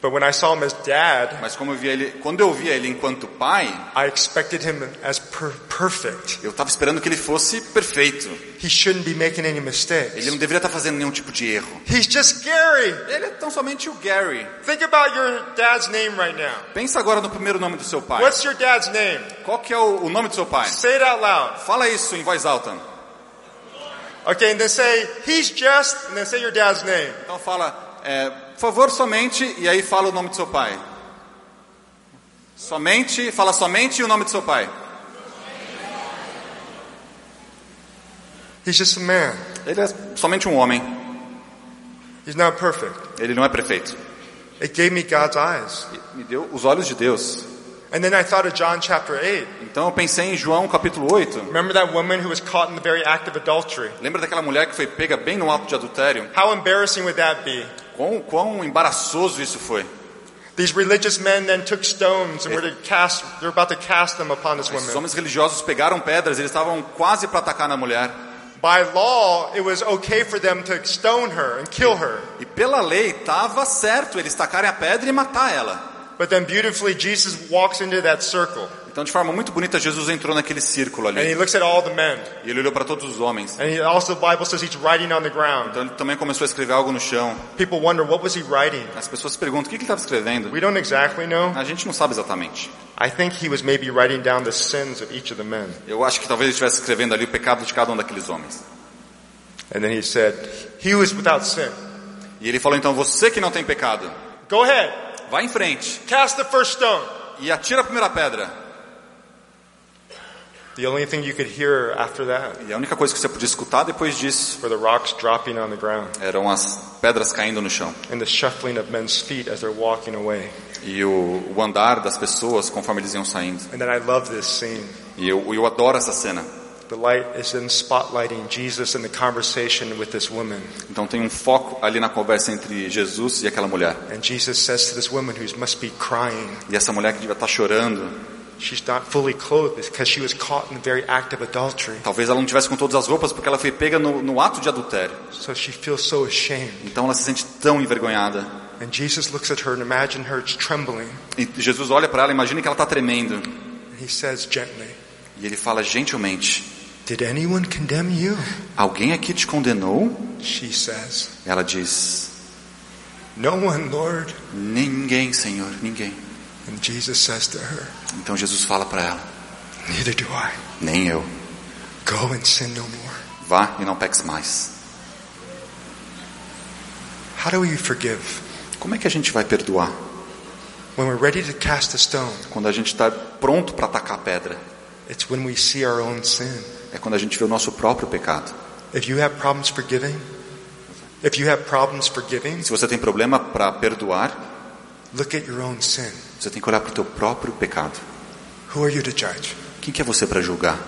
[SPEAKER 1] But when I saw him as dad,
[SPEAKER 2] mas como eu via ele, quando eu via ele enquanto pai,
[SPEAKER 1] I expected him as per- perfect.
[SPEAKER 2] eu estava esperando que ele fosse perfeito.
[SPEAKER 1] He shouldn't be making any
[SPEAKER 2] Ele
[SPEAKER 1] mistakes.
[SPEAKER 2] não deveria estar fazendo nenhum tipo de erro.
[SPEAKER 1] He's just Gary.
[SPEAKER 2] Ele é tão somente o Gary.
[SPEAKER 1] Think about your dad's name right now.
[SPEAKER 2] Pensa agora no primeiro nome do seu pai.
[SPEAKER 1] What's your dad's name?
[SPEAKER 2] Qual que é o, o nome do seu pai?
[SPEAKER 1] Say it out loud.
[SPEAKER 2] Fala isso em voz alta.
[SPEAKER 1] Okay, and then say, he's just, and then say your dad's name.
[SPEAKER 2] Então fala, é, por favor, somente e aí fala o nome do seu pai. Somente, fala somente e o nome do seu pai.
[SPEAKER 1] He's just a man.
[SPEAKER 2] Ele é somente um homem,
[SPEAKER 1] He's not perfect.
[SPEAKER 2] ele não é prefeito.
[SPEAKER 1] It gave me God's eyes.
[SPEAKER 2] Me deu os olhos de Deus.
[SPEAKER 1] And then I thought of John chapter 8.
[SPEAKER 2] Então eu pensei em João capítulo 8.
[SPEAKER 1] Remember that woman who was caught in the very act of adultery?
[SPEAKER 2] Lembra daquela mulher que foi pega bem no ato de adultério?
[SPEAKER 1] How embarrassing would that be?
[SPEAKER 2] Quão, quão embaraçoso isso foi.
[SPEAKER 1] These religious men then took stones and were to cast, they're about to cast them upon this
[SPEAKER 2] Esses
[SPEAKER 1] woman.
[SPEAKER 2] homens religiosos pegaram pedras, eles estavam quase para atacar na mulher.
[SPEAKER 1] By law, it was okay for them to stone her and kill her.
[SPEAKER 2] E pela lei, estava certo eles tacarem a pedra e matar ela.
[SPEAKER 1] But then beautifully, Jesus walks into that circle
[SPEAKER 2] Então, de forma muito bonita, Jesus entrou naquele círculo
[SPEAKER 1] and
[SPEAKER 2] ali.
[SPEAKER 1] he looks at all the men.
[SPEAKER 2] E ele olhou para todos os homens.
[SPEAKER 1] And he, also, the Bible says he's writing on the ground.
[SPEAKER 2] Então, ele também começou a escrever algo no chão.
[SPEAKER 1] People wonder, what was he writing?
[SPEAKER 2] As pessoas se perguntam: o que que ele estava escrevendo?
[SPEAKER 1] We don't exactly know.
[SPEAKER 2] A gente não sabe exatamente.
[SPEAKER 1] I think he was maybe writing down the sins of each of the men.
[SPEAKER 2] Eu acho que talvez ele estivesse escrevendo ali o pecado de cada um daqueles homens.
[SPEAKER 1] And then he said, He who is without sin.
[SPEAKER 2] E ele falou: então, você que não tem pecado,
[SPEAKER 1] Go ahead,
[SPEAKER 2] vá em frente
[SPEAKER 1] cast the first stone.
[SPEAKER 2] e atira a primeira pedra.
[SPEAKER 1] The only thing you could hear after that
[SPEAKER 2] E a única coisa que você podia escutar depois disso
[SPEAKER 1] were the rocks dropping on the ground
[SPEAKER 2] eram as pedras caindo no chão.
[SPEAKER 1] and the shuffling of men's feet as they're walking away.
[SPEAKER 2] E o, o andar das pessoas conforme eles iam saindo.
[SPEAKER 1] And then I love this scene.
[SPEAKER 2] E eu, eu adoro essa cena.
[SPEAKER 1] The light is then spotlighting Jesus in the conversation with this woman.
[SPEAKER 2] Então tem um foco ali na conversa entre Jesus e aquela mulher.
[SPEAKER 1] And Jesus says to this woman who must be crying,
[SPEAKER 2] E essa mulher que devia estar chorando,
[SPEAKER 1] she's not fully clothed because she was caught in the very act of adultery.
[SPEAKER 2] talvez ela não tivesse com todas as roupas porque ela foi pega no, no ato de adultério.
[SPEAKER 1] So she feels so ashamed.
[SPEAKER 2] Então ela se sente tão envergonhada.
[SPEAKER 1] And Jesus looks at her and imagine her trembling.
[SPEAKER 2] E Jesus olha para ela, imagina que ela está tremendo.
[SPEAKER 1] And he says gently,
[SPEAKER 2] E ele fala gentilmente:
[SPEAKER 1] Did anyone condemn you?
[SPEAKER 2] Alguém aqui te condenou?
[SPEAKER 1] She says,
[SPEAKER 2] Ela diz:
[SPEAKER 1] No one, Lord.
[SPEAKER 2] Ninguém, Senhor, ninguém.
[SPEAKER 1] And Jesus says to her,
[SPEAKER 2] Então Jesus fala para ela:
[SPEAKER 1] Neither do I.
[SPEAKER 2] Nem eu.
[SPEAKER 1] Go and sin no more.
[SPEAKER 2] Vá e não peques mais.
[SPEAKER 1] How do we forgive?
[SPEAKER 2] Como é que a gente vai perdoar
[SPEAKER 1] When we're ready to cast a stone,
[SPEAKER 2] quando a gente está pronto para atacar a pedra?
[SPEAKER 1] it's when we see our own sin.
[SPEAKER 2] É quando a gente vê o nosso próprio pecado.
[SPEAKER 1] If you have problems forgiving, if you have problems forgiving,
[SPEAKER 2] Se você tem problema para perdoar,
[SPEAKER 1] look at your own sin.
[SPEAKER 2] você tem que olhar para o teu próprio pecado.
[SPEAKER 1] Who are you to judge?
[SPEAKER 2] Quem que é você para julgar?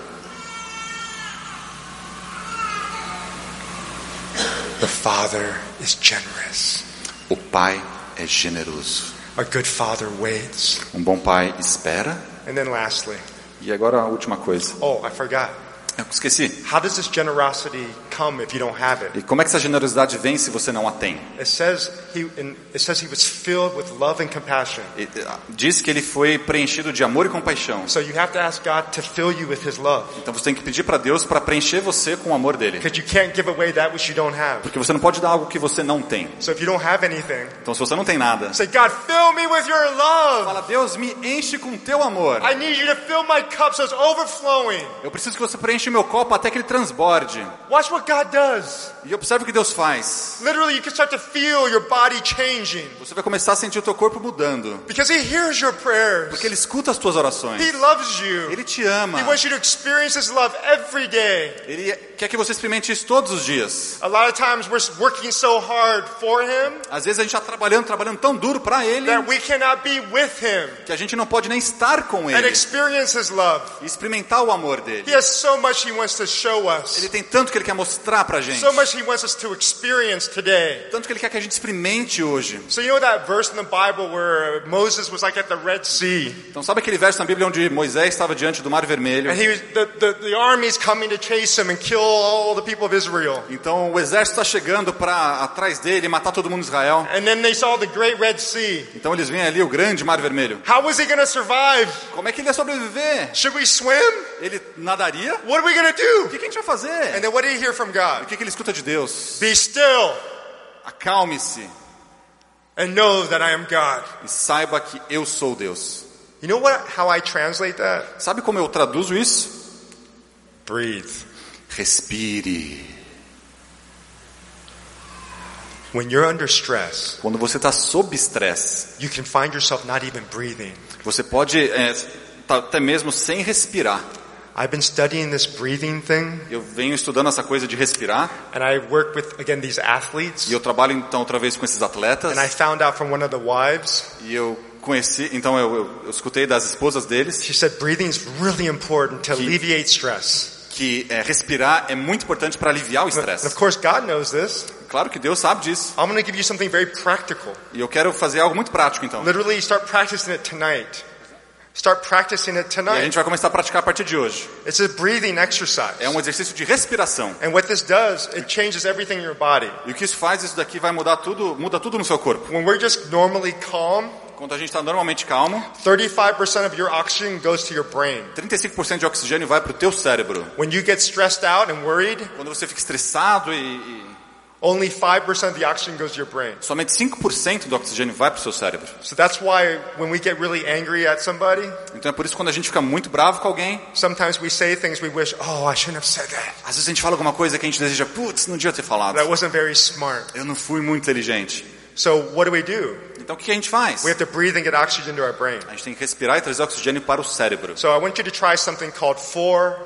[SPEAKER 1] The Father is generous.
[SPEAKER 2] O pai é generoso.
[SPEAKER 1] A good father waits.
[SPEAKER 2] Um bom pai espera.
[SPEAKER 1] And then lastly,
[SPEAKER 2] E agora a última coisa.
[SPEAKER 1] oh, I forgot.
[SPEAKER 2] Eu esqueci.
[SPEAKER 1] How does this generosity come if you don't have it?
[SPEAKER 2] E como é que essa generosidade vem se você não a tem?
[SPEAKER 1] It says he in, it says he was filled with love and compassion.
[SPEAKER 2] E- e- Diz que ele foi preenchido de amor e compaixão.
[SPEAKER 1] So you have to ask God to fill you with his love
[SPEAKER 2] Então você tem que pedir para Deus para preencher você com o amor dele.
[SPEAKER 1] because you can't give away that which you don't have.
[SPEAKER 2] Porque você não pode dar algo que você não tem.
[SPEAKER 1] So if you don't have anything,
[SPEAKER 2] Então se você não tem nada,
[SPEAKER 1] say God, fill me with your love.
[SPEAKER 2] fala: Deus, me enche com teu amor.
[SPEAKER 1] I need you to fill my cup so it's overflowing.
[SPEAKER 2] Eu preciso que você preencha o meu copo até que ele transborde.
[SPEAKER 1] Watch what God does.
[SPEAKER 2] E observe o que Deus faz.
[SPEAKER 1] Literally, you can start to feel your body changing
[SPEAKER 2] Você vai começar a sentir o teu corpo mudando.
[SPEAKER 1] because he hears your prayers.
[SPEAKER 2] Porque ele escuta as tuas orações.
[SPEAKER 1] He loves you.
[SPEAKER 2] Ele te ama.
[SPEAKER 1] He wants you to experience His love every day.
[SPEAKER 2] Ele quer que você experimente isso todos os dias.
[SPEAKER 1] A lot of times we're working so hard for Him
[SPEAKER 2] Às vezes a gente está trabalhando, trabalhando tão duro para ele
[SPEAKER 1] that we cannot be with Him
[SPEAKER 2] que a gente não pode nem estar com
[SPEAKER 1] and
[SPEAKER 2] ele
[SPEAKER 1] experience His love.
[SPEAKER 2] e experimentar o amor
[SPEAKER 1] He
[SPEAKER 2] dele.
[SPEAKER 1] has so much He wants to show
[SPEAKER 2] Ele
[SPEAKER 1] us,
[SPEAKER 2] tem tanto que ele quer mostrar pra gente.
[SPEAKER 1] so much He wants us to experience today.
[SPEAKER 2] Tanto que ele quer que a gente experimente hoje.
[SPEAKER 1] So, you know that verse in the Bible where Moses was like at the Red Sea
[SPEAKER 2] Então sabe aquele verso na Bíblia onde Moisés estava diante do Mar Vermelho?
[SPEAKER 1] and he was, the, the, the army's coming to chase him and kill all the people of Israel.
[SPEAKER 2] Então o exército está chegando para atrás dele e matar todo mundo em Israel.
[SPEAKER 1] And then they saw the great Red Sea.
[SPEAKER 2] Então eles vêm ali o grande Mar Vermelho.
[SPEAKER 1] How was he going to survive?
[SPEAKER 2] Como é que ele ia sobreviver?
[SPEAKER 1] Should we swim?
[SPEAKER 2] Ele nadaria? O
[SPEAKER 1] What are we going to do?
[SPEAKER 2] que, que a gente vai fazer?
[SPEAKER 1] And then what do you hear from God?
[SPEAKER 2] O que, que ele escuta de Deus?
[SPEAKER 1] Be still
[SPEAKER 2] Acalme-se
[SPEAKER 1] and know that I am God.
[SPEAKER 2] e saiba que eu sou Deus.
[SPEAKER 1] You know what? How I translate that?
[SPEAKER 2] Sabe como eu traduzo isso?
[SPEAKER 1] Breathe.
[SPEAKER 2] Respire.
[SPEAKER 1] When you're under stress,
[SPEAKER 2] Quando você está sob estresse,
[SPEAKER 1] you can find yourself not even breathing.
[SPEAKER 2] você pode é, tá até mesmo sem respirar.
[SPEAKER 1] I've been studying this breathing thing,
[SPEAKER 2] Eu venho estudando essa coisa de respirar
[SPEAKER 1] and I work with, again, these athletes.
[SPEAKER 2] e eu trabalho então outra vez com esses atletas
[SPEAKER 1] And I found out from one of the wives,
[SPEAKER 2] e eu conheci, então eu, eu, eu escutei das esposas deles
[SPEAKER 1] she said breathing is really important to alleviate stress.
[SPEAKER 2] que é, respirar é muito importante para aliviar o
[SPEAKER 1] And of
[SPEAKER 2] estresse.
[SPEAKER 1] course, God knows this.
[SPEAKER 2] Claro que Deus sabe disso
[SPEAKER 1] I'm going to give you something very practical.
[SPEAKER 2] e eu quero fazer algo muito prático então.
[SPEAKER 1] Literally, start practicing it tonight. Start practicing it
[SPEAKER 2] E a
[SPEAKER 1] tonight.
[SPEAKER 2] gente vai começar a praticar a partir de hoje.
[SPEAKER 1] It's a breathing exercise.
[SPEAKER 2] É um exercício de respiração.
[SPEAKER 1] And what this does, it changes everything in your body.
[SPEAKER 2] E o que isso faz, isso daqui vai mudar tudo, muda tudo no seu corpo.
[SPEAKER 1] When we're just normally calm,
[SPEAKER 2] Quando a gente está normalmente calmo,
[SPEAKER 1] 35% of your oxygen goes to your brain.
[SPEAKER 2] 35% de oxigênio vai para o teu cérebro.
[SPEAKER 1] When you get stressed out and worried,
[SPEAKER 2] Quando você fica estressado e, e
[SPEAKER 1] only 5% of the oxygen goes to your brain.
[SPEAKER 2] somente 5% do oxigênio vai para o seu cérebro.
[SPEAKER 1] So that's why when we get really angry at somebody,
[SPEAKER 2] Então é por isso que quando a gente fica muito bravo com alguém,
[SPEAKER 1] sometimes we say things we wish, oh, I shouldn't have said that.
[SPEAKER 2] às vezes a gente fala alguma coisa que a gente deseja, putz, não devia ter falado.
[SPEAKER 1] That wasn't very smart.
[SPEAKER 2] Eu não fui muito inteligente.
[SPEAKER 1] So what do we do?
[SPEAKER 2] Então o que a gente faz?
[SPEAKER 1] We have to breathe and get oxygen to our brain.
[SPEAKER 2] A gente tem que respirar e trazer oxigênio para o cérebro.
[SPEAKER 1] So I want you to try something called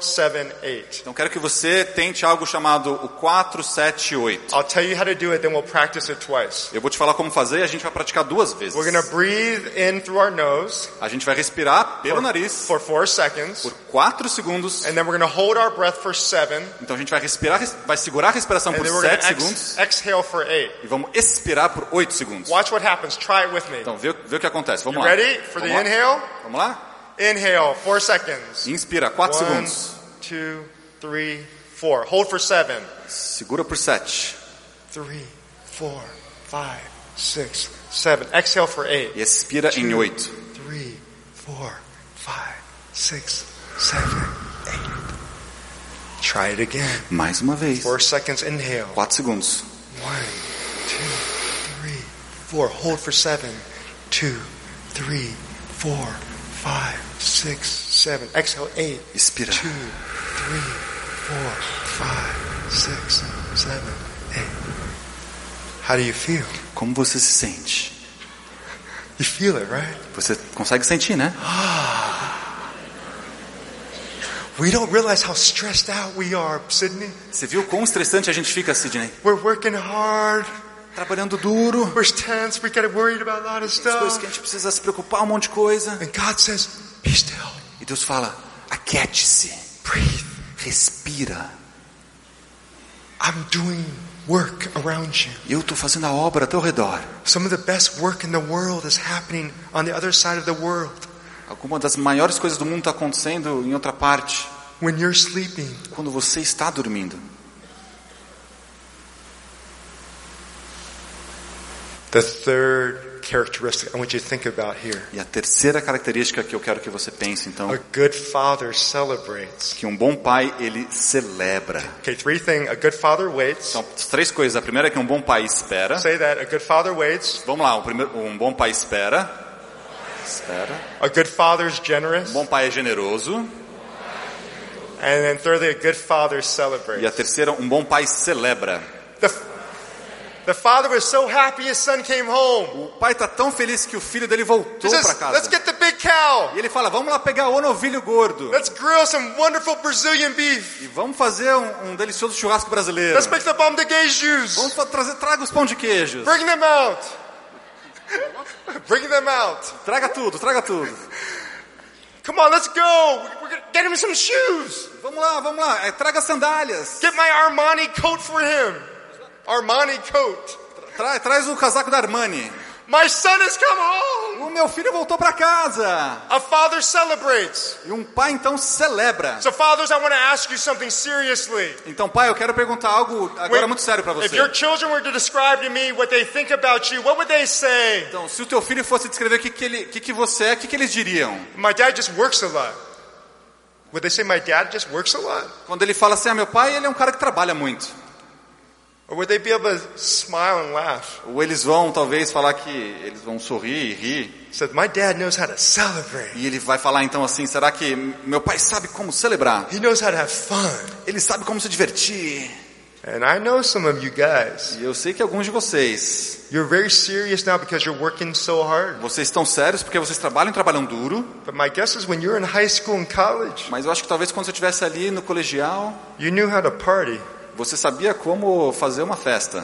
[SPEAKER 1] 478.
[SPEAKER 2] Então quero que você tente algo chamado o 478.
[SPEAKER 1] I'll tell you how to do it, then we'll practice it twice.
[SPEAKER 2] Eu vou te falar como fazer e a gente vai praticar duas vezes.
[SPEAKER 1] We're going to breathe in through our nose
[SPEAKER 2] A gente vai respirar pelo nariz
[SPEAKER 1] for four seconds,
[SPEAKER 2] por 4 segundos.
[SPEAKER 1] and then we're going to hold our breath for seven,
[SPEAKER 2] Então a gente vai respirar, res- vai segurar a respiração
[SPEAKER 1] and
[SPEAKER 2] por
[SPEAKER 1] then we're going
[SPEAKER 2] 7
[SPEAKER 1] to ex-
[SPEAKER 2] segundos
[SPEAKER 1] exhale for eight.
[SPEAKER 2] e vamos expirar por 8 segundos.
[SPEAKER 1] Watch what happens. Try it with me.
[SPEAKER 2] Então vê, vê o que acontece. Vamos
[SPEAKER 1] You
[SPEAKER 2] lá.
[SPEAKER 1] ready for the
[SPEAKER 2] Vamos lá.
[SPEAKER 1] inhale?
[SPEAKER 2] Vamos lá?
[SPEAKER 1] Inhale, four seconds.
[SPEAKER 2] Inspira, 4
[SPEAKER 1] One,
[SPEAKER 2] segundos.
[SPEAKER 1] two, three, four. Hold for seven.
[SPEAKER 2] Segura por 7.
[SPEAKER 1] Three, four, five, six, seven. Exhale for eight.
[SPEAKER 2] E expira em 8.
[SPEAKER 1] Three, four, five, six, seven, eight. Try it again.
[SPEAKER 2] Mais uma vez.
[SPEAKER 1] Four seconds. Inhale.
[SPEAKER 2] 4 segundos.
[SPEAKER 1] One, two, three, four. Hold for seven. Two, three, four, five, six, seven. Exhale eight.
[SPEAKER 2] Expira.
[SPEAKER 1] Two, three, four, five, six, seven, eight. How do you feel?
[SPEAKER 2] Como você se sente?
[SPEAKER 1] You feel it, right?
[SPEAKER 2] Você consegue sentir, né?
[SPEAKER 1] We don't realize how stressed out we are, Sydney.
[SPEAKER 2] Você viu quão estressante a gente fica, Sidney?
[SPEAKER 1] We're working hard.
[SPEAKER 2] Trabalhando duro.
[SPEAKER 1] We're tense. We get worried about a lot of
[SPEAKER 2] As coisas que
[SPEAKER 1] stuff.
[SPEAKER 2] a gente precisa se preocupar um monte de coisa.
[SPEAKER 1] And God says, "Be still.
[SPEAKER 2] E Deus fala: aquiete-se.
[SPEAKER 1] Breathe.
[SPEAKER 2] Respira.
[SPEAKER 1] I'm doing work around you.
[SPEAKER 2] Eu estou fazendo a obra ao teu redor.
[SPEAKER 1] Some of the best work in the world is happening on the other side of the world.
[SPEAKER 2] Alguma das maiores coisas do mundo está acontecendo em outra parte.
[SPEAKER 1] When you're sleeping,
[SPEAKER 2] Quando você está dormindo.
[SPEAKER 1] the third characteristic I want you to think about here.
[SPEAKER 2] E a terceira característica que eu quero que você pense, então,
[SPEAKER 1] A
[SPEAKER 2] é
[SPEAKER 1] good father celebrates.
[SPEAKER 2] que um bom pai, ele celebra.
[SPEAKER 1] Okay, three things. A good father waits.
[SPEAKER 2] Então, três coisas. A primeira é que um bom pai espera.
[SPEAKER 1] Say that. A good father waits.
[SPEAKER 2] Vamos lá, um, primeiro, um bom pai espera. Espera.
[SPEAKER 1] A good father is
[SPEAKER 2] Um
[SPEAKER 1] generous.
[SPEAKER 2] bom pai é generoso.
[SPEAKER 1] And then thirdly, a good father
[SPEAKER 2] E a
[SPEAKER 1] celebrates.
[SPEAKER 2] terceira, um bom pai celebra.
[SPEAKER 1] The, the father was so happy his son came home.
[SPEAKER 2] O pai está tão feliz que o filho dele
[SPEAKER 1] He
[SPEAKER 2] voltou
[SPEAKER 1] says,
[SPEAKER 2] para
[SPEAKER 1] let's
[SPEAKER 2] casa.
[SPEAKER 1] get the big cow.
[SPEAKER 2] E ele fala, vamos lá pegar o novilho gordo.
[SPEAKER 1] Let's grill some wonderful Brazilian beef.
[SPEAKER 2] E vamos fazer um, um delicioso churrasco brasileiro.
[SPEAKER 1] Let's make the bomb de queijos.
[SPEAKER 2] Vamos fa- trazer, traga os pão de queijos.
[SPEAKER 1] Bring them out. Bring them out.
[SPEAKER 2] Traga tudo, traga tudo.
[SPEAKER 1] Come on, let's go. We're gonna get him some shoes.
[SPEAKER 2] Vamos lá, vamos lá. É, traga sandálias.
[SPEAKER 1] Get my Armani coat for him. Armani coat.
[SPEAKER 2] Tra- traz o casaco da Armani.
[SPEAKER 1] My son has come home.
[SPEAKER 2] O meu filho voltou para casa.
[SPEAKER 1] A father celebrates.
[SPEAKER 2] E um pai então celebra.
[SPEAKER 1] So, fathers, I want to ask you something seriously.
[SPEAKER 2] Então, pai, eu quero perguntar algo agora muito sério para
[SPEAKER 1] If
[SPEAKER 2] você.
[SPEAKER 1] your children were to describe to me what they think about you, what would they say?
[SPEAKER 2] Então, se o teu filho fosse descrever o que, que, ele, o que, que você é, o que, que eles diriam?
[SPEAKER 1] My dad just works a lot. Would they say my dad just works a lot?
[SPEAKER 2] Quando ele fala assim, ah, meu pai, ele é um cara que trabalha muito.
[SPEAKER 1] Or would they be able to smile and laugh?
[SPEAKER 2] Ou eles vão, talvez, falar que eles vão sorrir e rir.
[SPEAKER 1] Said, my dad knows how to celebrate.
[SPEAKER 2] E ele vai falar então assim, será que meu pai sabe como celebrar?
[SPEAKER 1] He knows how to have fun.
[SPEAKER 2] Ele sabe como se divertir.
[SPEAKER 1] And I know some of you guys,
[SPEAKER 2] E eu sei que alguns de vocês,
[SPEAKER 1] you're very serious now because you're working so hard.
[SPEAKER 2] vocês estão sérios porque vocês trabalham, trabalham duro,
[SPEAKER 1] But my guess is when you're in high school and college,
[SPEAKER 2] mas eu acho que talvez quando você estivesse ali no colegial,
[SPEAKER 1] you knew how to party.
[SPEAKER 2] você sabia como fazer uma festa.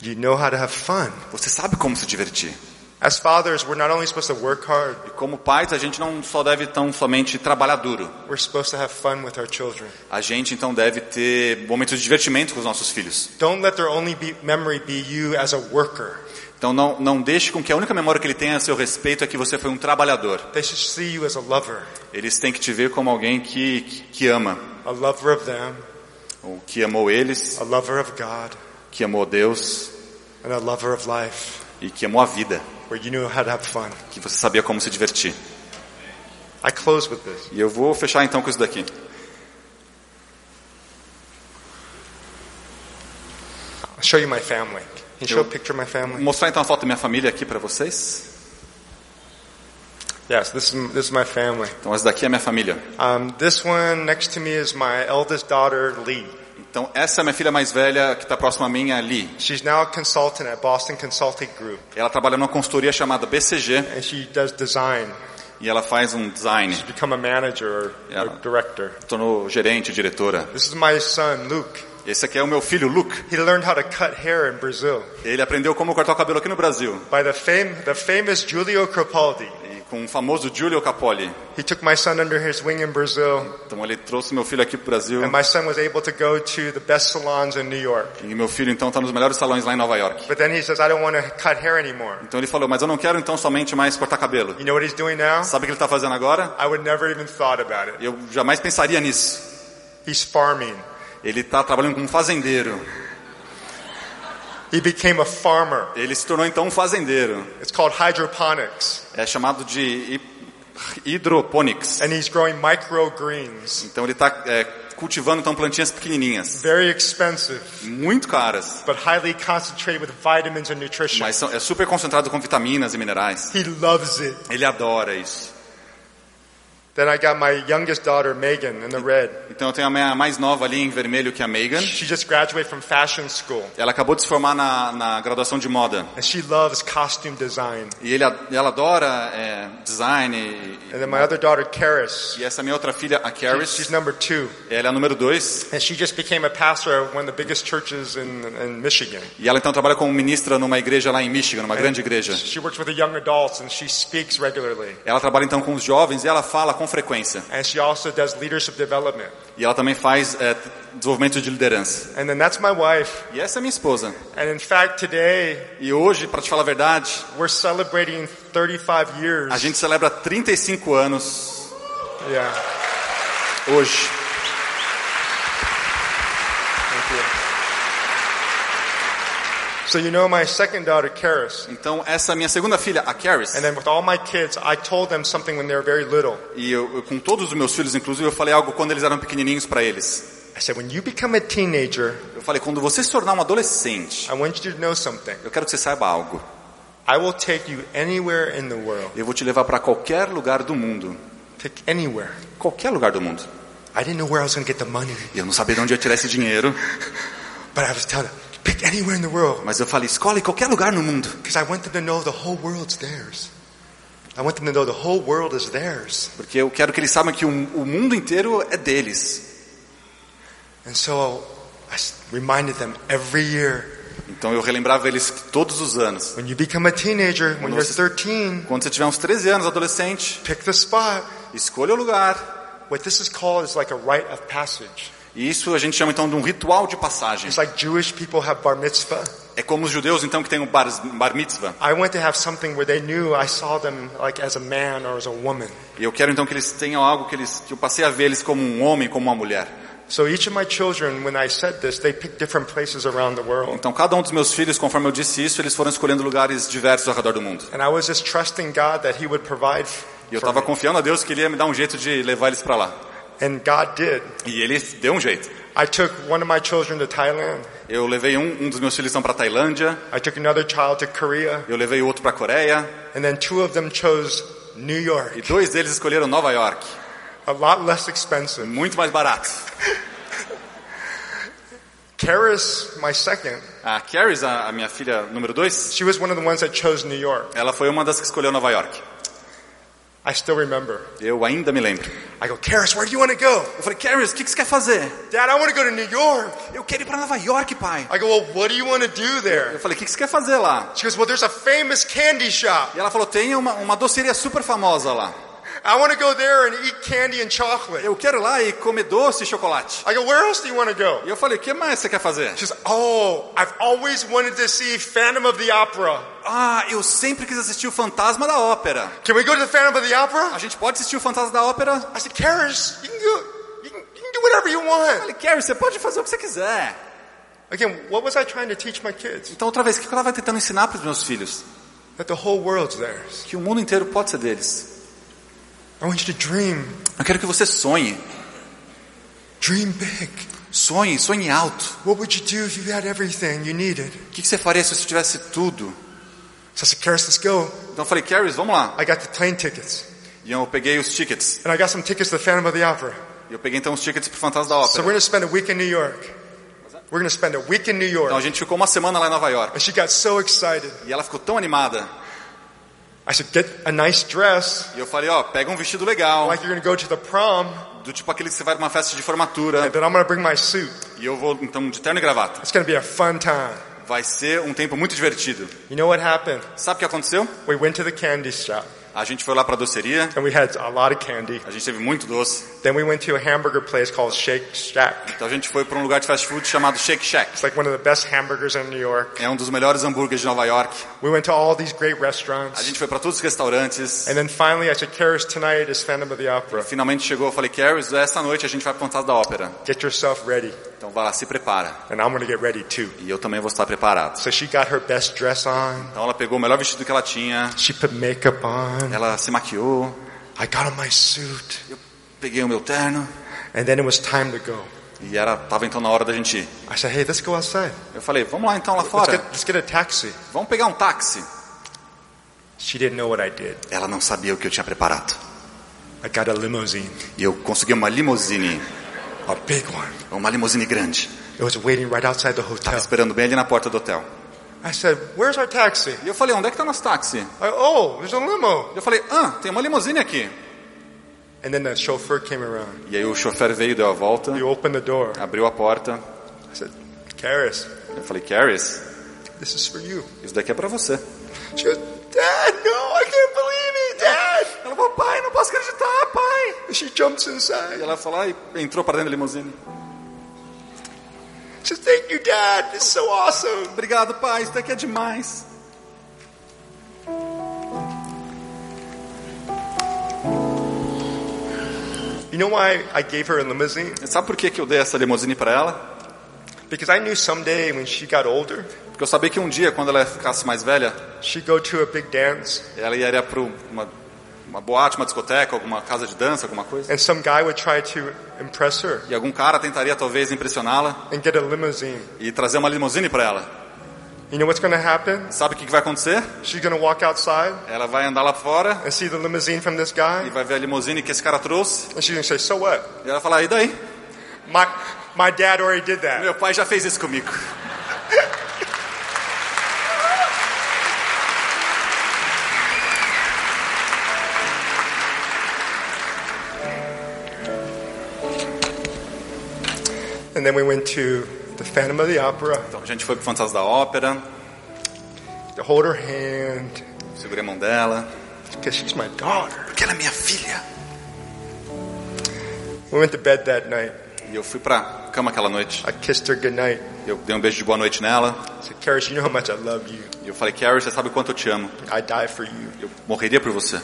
[SPEAKER 1] You know how to have fun.
[SPEAKER 2] Você sabe como se divertir.
[SPEAKER 1] As fathers, we're not only supposed to work hard,
[SPEAKER 2] E como pais, a gente não só deve tão somente trabalhar duro.
[SPEAKER 1] we're supposed to have fun with our children.
[SPEAKER 2] A gente então deve ter momentos de divertimento com os nossos filhos.
[SPEAKER 1] Don't let their only be, memory be you as a worker.
[SPEAKER 2] Então não, não deixe com que a única memória que ele tenha a seu respeito é que você foi um trabalhador.
[SPEAKER 1] They should see you as a lover,
[SPEAKER 2] Eles têm que te ver como alguém que, que, que ama,
[SPEAKER 1] a lover of them,
[SPEAKER 2] ou que amou eles,
[SPEAKER 1] a lover of God,
[SPEAKER 2] que amou Deus
[SPEAKER 1] and a lover of life,
[SPEAKER 2] e que amou a vida,
[SPEAKER 1] where you knew how to have fun.
[SPEAKER 2] que você sabia como se divertir.
[SPEAKER 1] I close with this.
[SPEAKER 2] E eu vou fechar então com isso daqui.
[SPEAKER 1] I'll show you my family. Can you show a picture of my
[SPEAKER 2] Vou
[SPEAKER 1] family?
[SPEAKER 2] mostrar então a foto da minha família aqui para vocês.
[SPEAKER 1] Yes, this is, this is my family.
[SPEAKER 2] Então essa daqui é a minha família.
[SPEAKER 1] Um, this one next to me is my eldest daughter, Lee.
[SPEAKER 2] Então essa é a minha filha mais velha que está próxima a mim, é a Lee.
[SPEAKER 1] She's now a consultant at Boston Consulting Group,
[SPEAKER 2] Ela trabalha numa consultoria chamada BCG
[SPEAKER 1] and she does design.
[SPEAKER 2] e ela faz um design.
[SPEAKER 1] She's become a manager or,
[SPEAKER 2] Yeah.
[SPEAKER 1] or director.
[SPEAKER 2] Tornou gerente, diretora.
[SPEAKER 1] This is my son, Luke.
[SPEAKER 2] Esse aqui é o meu filho, Luke.
[SPEAKER 1] He learned how to cut hair in Brazil
[SPEAKER 2] Ele aprendeu como cortar o cabelo aqui no Brasil.
[SPEAKER 1] by the, fame, the famous Giulio Crepaldi.
[SPEAKER 2] E com o famoso Giulio Capoli.
[SPEAKER 1] He took my son under his wing in Brazil,
[SPEAKER 2] Então ele trouxe meu filho aqui para o Brasil.
[SPEAKER 1] and my son was able to go to the best salons in New York.
[SPEAKER 2] E meu filho então está nos melhores salões lá em Nova York.
[SPEAKER 1] But then he says, I don't want to cut hair anymore.
[SPEAKER 2] Então ele falou, mas eu não quero então somente mais cortar cabelo.
[SPEAKER 1] You know what he's doing now?
[SPEAKER 2] Sabe o que ele está fazendo agora?
[SPEAKER 1] I would never even thought about it.
[SPEAKER 2] Eu jamais pensaria nisso.
[SPEAKER 1] He's farming.
[SPEAKER 2] Ele está trabalhando como um fazendeiro.
[SPEAKER 1] He became a farmer.
[SPEAKER 2] Ele se tornou então um fazendeiro.
[SPEAKER 1] It's called hydroponics.
[SPEAKER 2] É chamado de hi- hidroponics.
[SPEAKER 1] And he's growing microgreens.
[SPEAKER 2] Então ele está cultivando então plantinhas pequenininhas,
[SPEAKER 1] Very expensive,
[SPEAKER 2] muito caras,
[SPEAKER 1] but highly concentrated with vitamins and nutrition.
[SPEAKER 2] mas são, é super concentrado com vitaminas e minerais.
[SPEAKER 1] He loves it.
[SPEAKER 2] Ele adora isso.
[SPEAKER 1] Then I got my youngest daughter, Megan, in the red.
[SPEAKER 2] Então eu tenho a minha mais nova ali em vermelho que é a Megan.
[SPEAKER 1] She just graduated from fashion school,
[SPEAKER 2] Ela acabou de se formar na, na graduação de moda.
[SPEAKER 1] and she loves costume design.
[SPEAKER 2] E ele, a- ela adora é, design. E,
[SPEAKER 1] And then my other daughter, Karis,
[SPEAKER 2] e essa minha outra filha, a
[SPEAKER 1] she's
[SPEAKER 2] Caris,
[SPEAKER 1] number two,
[SPEAKER 2] ela é a número dois.
[SPEAKER 1] and she just became a pastor at one of the biggest churches in, in Michigan.
[SPEAKER 2] E ela então trabalha como ministra numa igreja lá em Michigan, numa grande igreja.
[SPEAKER 1] She works with the young adults, and she speaks regularly.
[SPEAKER 2] Ela trabalha então com os jovens e ela fala com frequência.
[SPEAKER 1] And she also does leadership development.
[SPEAKER 2] E ela também faz é, desenvolvimento de liderança.
[SPEAKER 1] And then that's my wife.
[SPEAKER 2] E essa é minha esposa.
[SPEAKER 1] And in fact, today
[SPEAKER 2] E hoje, para te falar a verdade,
[SPEAKER 1] we're celebrating 35 years.
[SPEAKER 2] a gente celebra 35 anos
[SPEAKER 1] yeah.
[SPEAKER 2] hoje.
[SPEAKER 1] Thank you. So you know my second daughter, Karis.
[SPEAKER 2] Então, essa é a minha segunda filha, a Caris.
[SPEAKER 1] And then with all my kids, I told them something when they were very little.
[SPEAKER 2] E eu, eu- com todos os meus filhos, inclusive, eu falei algo quando eles eram pequenininhos para eles.
[SPEAKER 1] I said, when you become a teenager,
[SPEAKER 2] Eu falei, quando você se tornar um adolescente,
[SPEAKER 1] I want you to know something.
[SPEAKER 2] eu quero que você saiba algo.
[SPEAKER 1] I will take you anywhere in the world.
[SPEAKER 2] Eu vou te levar para qualquer lugar do mundo.
[SPEAKER 1] Pick anywhere.
[SPEAKER 2] Qualquer lugar do mundo.
[SPEAKER 1] I didn't know where I was going to get the money,
[SPEAKER 2] E eu não sabia de onde eu ia tirar esse dinheiro,
[SPEAKER 1] but I was telling them, pick anywhere in the world
[SPEAKER 2] mas eu falei, escolhe qualquer lugar no mundo.
[SPEAKER 1] because I want them to know the whole world's theirs. I want them to know the whole world is theirs.
[SPEAKER 2] Porque eu quero que eles saibam que o, o mundo inteiro é deles.
[SPEAKER 1] And so I s- reminded them every year,
[SPEAKER 2] Então eu relembrava eles que todos os anos.
[SPEAKER 1] when you become a teenager, when you're 13,
[SPEAKER 2] Quando você tiver uns 13 anos, adolescente,
[SPEAKER 1] pick the spot.
[SPEAKER 2] escolha o lugar.
[SPEAKER 1] What this is called is like a rite of passage.
[SPEAKER 2] E isso a gente chama então de um ritual de passagem.
[SPEAKER 1] It's like Jewish people have bar mitzvah.
[SPEAKER 2] É como os judeus então que têm o bar, bar mitzvah.
[SPEAKER 1] I want to have something where they knew I saw them like as a man or as a woman.
[SPEAKER 2] E eu quero então que eles tenham algo que eles que eu passei a ver eles como um homem, como uma mulher.
[SPEAKER 1] So each of my children, when I said this, they picked different places around the world.
[SPEAKER 2] Então cada um dos meus filhos, conforme eu disse isso, eles foram escolhendo lugares diversos ao redor do mundo.
[SPEAKER 1] And I was just trusting God that He would provide.
[SPEAKER 2] E eu
[SPEAKER 1] For
[SPEAKER 2] estava
[SPEAKER 1] me.
[SPEAKER 2] confiando a Deus que ele ia me dar um jeito de levar eles para lá.
[SPEAKER 1] And God did.
[SPEAKER 2] E ele deu um jeito.
[SPEAKER 1] I took one of my children to Thailand.
[SPEAKER 2] Eu levei um, um dos meus filhos então para Tailândia,
[SPEAKER 1] I took another child to Korea.
[SPEAKER 2] eu levei o outro para Coreia,
[SPEAKER 1] And then two of them chose New
[SPEAKER 2] e
[SPEAKER 1] York,
[SPEAKER 2] dois deles escolheram Nova York,
[SPEAKER 1] a lot less expensive.
[SPEAKER 2] muito mais barato.
[SPEAKER 1] Karis, my second,
[SPEAKER 2] A Caris, a, a minha filha número 2,
[SPEAKER 1] she was one of the ones that chose New York.
[SPEAKER 2] ela foi uma das que escolheu Nova York.
[SPEAKER 1] I still remember.
[SPEAKER 2] Eu ainda me lembro.
[SPEAKER 1] I go, Karis, where do you want to go?
[SPEAKER 2] Eu falei, Caris, o que, que você quer fazer?
[SPEAKER 1] Dad, I want to go to New York.
[SPEAKER 2] Eu quero ir para Nova York, pai.
[SPEAKER 1] I go, well, what do you want to do there?
[SPEAKER 2] Eu falei, o que, que você quer fazer lá?
[SPEAKER 1] She goes, well, there's a famous candy shop.
[SPEAKER 2] E ela falou, tem uma, uma doceria super famosa lá.
[SPEAKER 1] I want to go there and eat candy and chocolate.
[SPEAKER 2] Eu quero ir lá e comer doce e chocolate.
[SPEAKER 1] I go, where else do you want to go?
[SPEAKER 2] E eu falei, o que mais você quer fazer?
[SPEAKER 1] She's like, oh, I've always wanted to see Phantom of the Opera.
[SPEAKER 2] Ah, eu sempre quis assistir o Fantasma da Ópera.
[SPEAKER 1] Can we go to the Phantom of the
[SPEAKER 2] A
[SPEAKER 1] Opera?
[SPEAKER 2] gente pode assistir o Fantasma da Ópera?
[SPEAKER 1] I said, Karis, you can go, you can, you can do whatever you want.
[SPEAKER 2] Falei, Carrie, você pode fazer o que você quiser.
[SPEAKER 1] Again, what was I trying to teach my kids?
[SPEAKER 2] Então, outra vez, o que ela vai tentando ensinar para os meus filhos?
[SPEAKER 1] That the whole world's theirs.
[SPEAKER 2] Que o mundo inteiro pode ser deles.
[SPEAKER 1] I want you to dream,
[SPEAKER 2] Eu quero que você sonhe.
[SPEAKER 1] dream big.
[SPEAKER 2] Sonhe, sonhe alto.
[SPEAKER 1] What would you do if you had everything you needed?
[SPEAKER 2] O que que você faria se você tivesse tudo?
[SPEAKER 1] So I said, Karis, let's go.
[SPEAKER 2] Então eu falei, Carrie, vamos lá.
[SPEAKER 1] I got the plane tickets.
[SPEAKER 2] E eu peguei os tickets.
[SPEAKER 1] And I got some tickets to the Phantom of the Opera.
[SPEAKER 2] E eu peguei então os tickets pro Fantasma da
[SPEAKER 1] So
[SPEAKER 2] Ópera.
[SPEAKER 1] we're going to spend a week in New York. We're going to spend a week in New
[SPEAKER 2] Então a
[SPEAKER 1] York.
[SPEAKER 2] gente ficou uma semana lá em Nova York.
[SPEAKER 1] And she got so excited.
[SPEAKER 2] E ela ficou tão animada.
[SPEAKER 1] I said, get a nice dress,
[SPEAKER 2] E eu falei, ó, pega um vestido legal.
[SPEAKER 1] like you're going to go to the prom,
[SPEAKER 2] Do tipo aquele que você vai pra uma festa de formatura.
[SPEAKER 1] and then I'm going to bring my suit.
[SPEAKER 2] E eu vou então de terno e gravata.
[SPEAKER 1] It's going to be a fun time.
[SPEAKER 2] Vai ser um tempo muito divertido.
[SPEAKER 1] You know what happened?
[SPEAKER 2] Sabe o que aconteceu?
[SPEAKER 1] We went to the candy shop,
[SPEAKER 2] A gente foi lá pra doceria.
[SPEAKER 1] and we had a lot of candy.
[SPEAKER 2] A gente teve muito doce.
[SPEAKER 1] Then we went to a hamburger place called Shake Shack.
[SPEAKER 2] Então a gente foi pra um lugar de fast food chamado Shake Shack.
[SPEAKER 1] It's like one of the best hamburgers in New York.
[SPEAKER 2] É um dos melhores hambúrgueres de Nova York.
[SPEAKER 1] We went to all these great
[SPEAKER 2] A
[SPEAKER 1] restaurants.
[SPEAKER 2] gente foi pra todos os restaurantes.
[SPEAKER 1] And then finally, I said, Karis, tonight is Phantom of the Opera.
[SPEAKER 2] Finalmente chegou, eu falei, Caris, essa noite a gente vai pro Fantasma da Ópera.
[SPEAKER 1] Get yourself ready.
[SPEAKER 2] Então vai lá, se prepara.
[SPEAKER 1] And I'm going to get ready too.
[SPEAKER 2] E eu também vou estar preparado.
[SPEAKER 1] So she got her best dress on.
[SPEAKER 2] Então ela pegou o melhor vestido que ela tinha.
[SPEAKER 1] She put makeup on.
[SPEAKER 2] Ela se maquiou.
[SPEAKER 1] I got on my suit.
[SPEAKER 2] Peguei o meu terno.
[SPEAKER 1] And then it was time to go.
[SPEAKER 2] E era, tava então na hora da gente ir.
[SPEAKER 1] I said, hey, let's go outside.
[SPEAKER 2] Eu falei, vamos lá então lá
[SPEAKER 1] Let's
[SPEAKER 2] fora.
[SPEAKER 1] get, let's get a taxi.
[SPEAKER 2] Vamos pegar um táxi.
[SPEAKER 1] She didn't know what I did.
[SPEAKER 2] Ela não sabia o que eu tinha preparado.
[SPEAKER 1] I got a limousine,
[SPEAKER 2] E eu consegui uma limousine.
[SPEAKER 1] a big one.
[SPEAKER 2] Uma limousine grande.
[SPEAKER 1] It was waiting right outside the
[SPEAKER 2] Tava
[SPEAKER 1] hotel.
[SPEAKER 2] esperando bem ali na porta do hotel.
[SPEAKER 1] I said, where's our taxi?
[SPEAKER 2] E eu falei, onde é que tá nosso táxi?
[SPEAKER 1] I, oh, there's a limo.
[SPEAKER 2] Eu falei, ah, tem uma limousine aqui.
[SPEAKER 1] And then the chauffeur came around.
[SPEAKER 2] E aí o chofer veio, deu a volta,
[SPEAKER 1] You opened the door.
[SPEAKER 2] abriu a porta.
[SPEAKER 1] I said, Karis,
[SPEAKER 2] Eu falei, Caris,
[SPEAKER 1] this is for you.
[SPEAKER 2] isso daqui é pra você.
[SPEAKER 1] She goes, Dad, no, I can't believe it, Dad.
[SPEAKER 2] Ela falou, pai, não posso acreditar, pai.
[SPEAKER 1] And she jumps
[SPEAKER 2] E
[SPEAKER 1] inside.
[SPEAKER 2] ela falou, e entrou para dentro da limusine.
[SPEAKER 1] She says, thank you, Dad. It's so awesome.
[SPEAKER 2] Obrigado, pai, isso daqui é demais.
[SPEAKER 1] You know why I gave her a limousine?
[SPEAKER 2] E sabe por que, que eu dei essa limusine para ela?
[SPEAKER 1] Because I knew someday when she got older,
[SPEAKER 2] Porque eu sabia que um dia, quando ela ficasse mais velha,
[SPEAKER 1] she'd go to a big dance
[SPEAKER 2] ela iria para uma, uma boate, uma discoteca, alguma casa de dança, alguma coisa.
[SPEAKER 1] and some guy would try to impress her
[SPEAKER 2] E algum cara tentaria, talvez, impressioná-la
[SPEAKER 1] and get a limousine.
[SPEAKER 2] e trazer uma limusine para ela.
[SPEAKER 1] You know what's going to happen?
[SPEAKER 2] E sabe o que, que vai acontecer?
[SPEAKER 1] She's going to walk outside
[SPEAKER 2] Ela vai andar lá fora
[SPEAKER 1] and see the limousine from this
[SPEAKER 2] e
[SPEAKER 1] guy
[SPEAKER 2] vai ver a limusine que esse cara trouxe.
[SPEAKER 1] and she's going to say, so what?
[SPEAKER 2] E ela vai falar, e daí?
[SPEAKER 1] My, my dad already did that.
[SPEAKER 2] Meu pai já fez isso comigo.
[SPEAKER 1] And then we went to the Phantom of the Opera
[SPEAKER 2] Então a gente foi pro Fantasma da Ópera,
[SPEAKER 1] to hold her hand
[SPEAKER 2] segurei a mão dela.
[SPEAKER 1] because she's my daughter.
[SPEAKER 2] Porque ela é minha filha.
[SPEAKER 1] We went to bed that night.
[SPEAKER 2] E eu fui pra cama aquela noite.
[SPEAKER 1] I kissed her goodnight.
[SPEAKER 2] Eu dei um beijo de boa noite nela.
[SPEAKER 1] I said, Karis, you know how much I love you.
[SPEAKER 2] E eu falei, Carrie, você sabe o quanto eu te amo.
[SPEAKER 1] I die for you.
[SPEAKER 2] Eu morreria por você.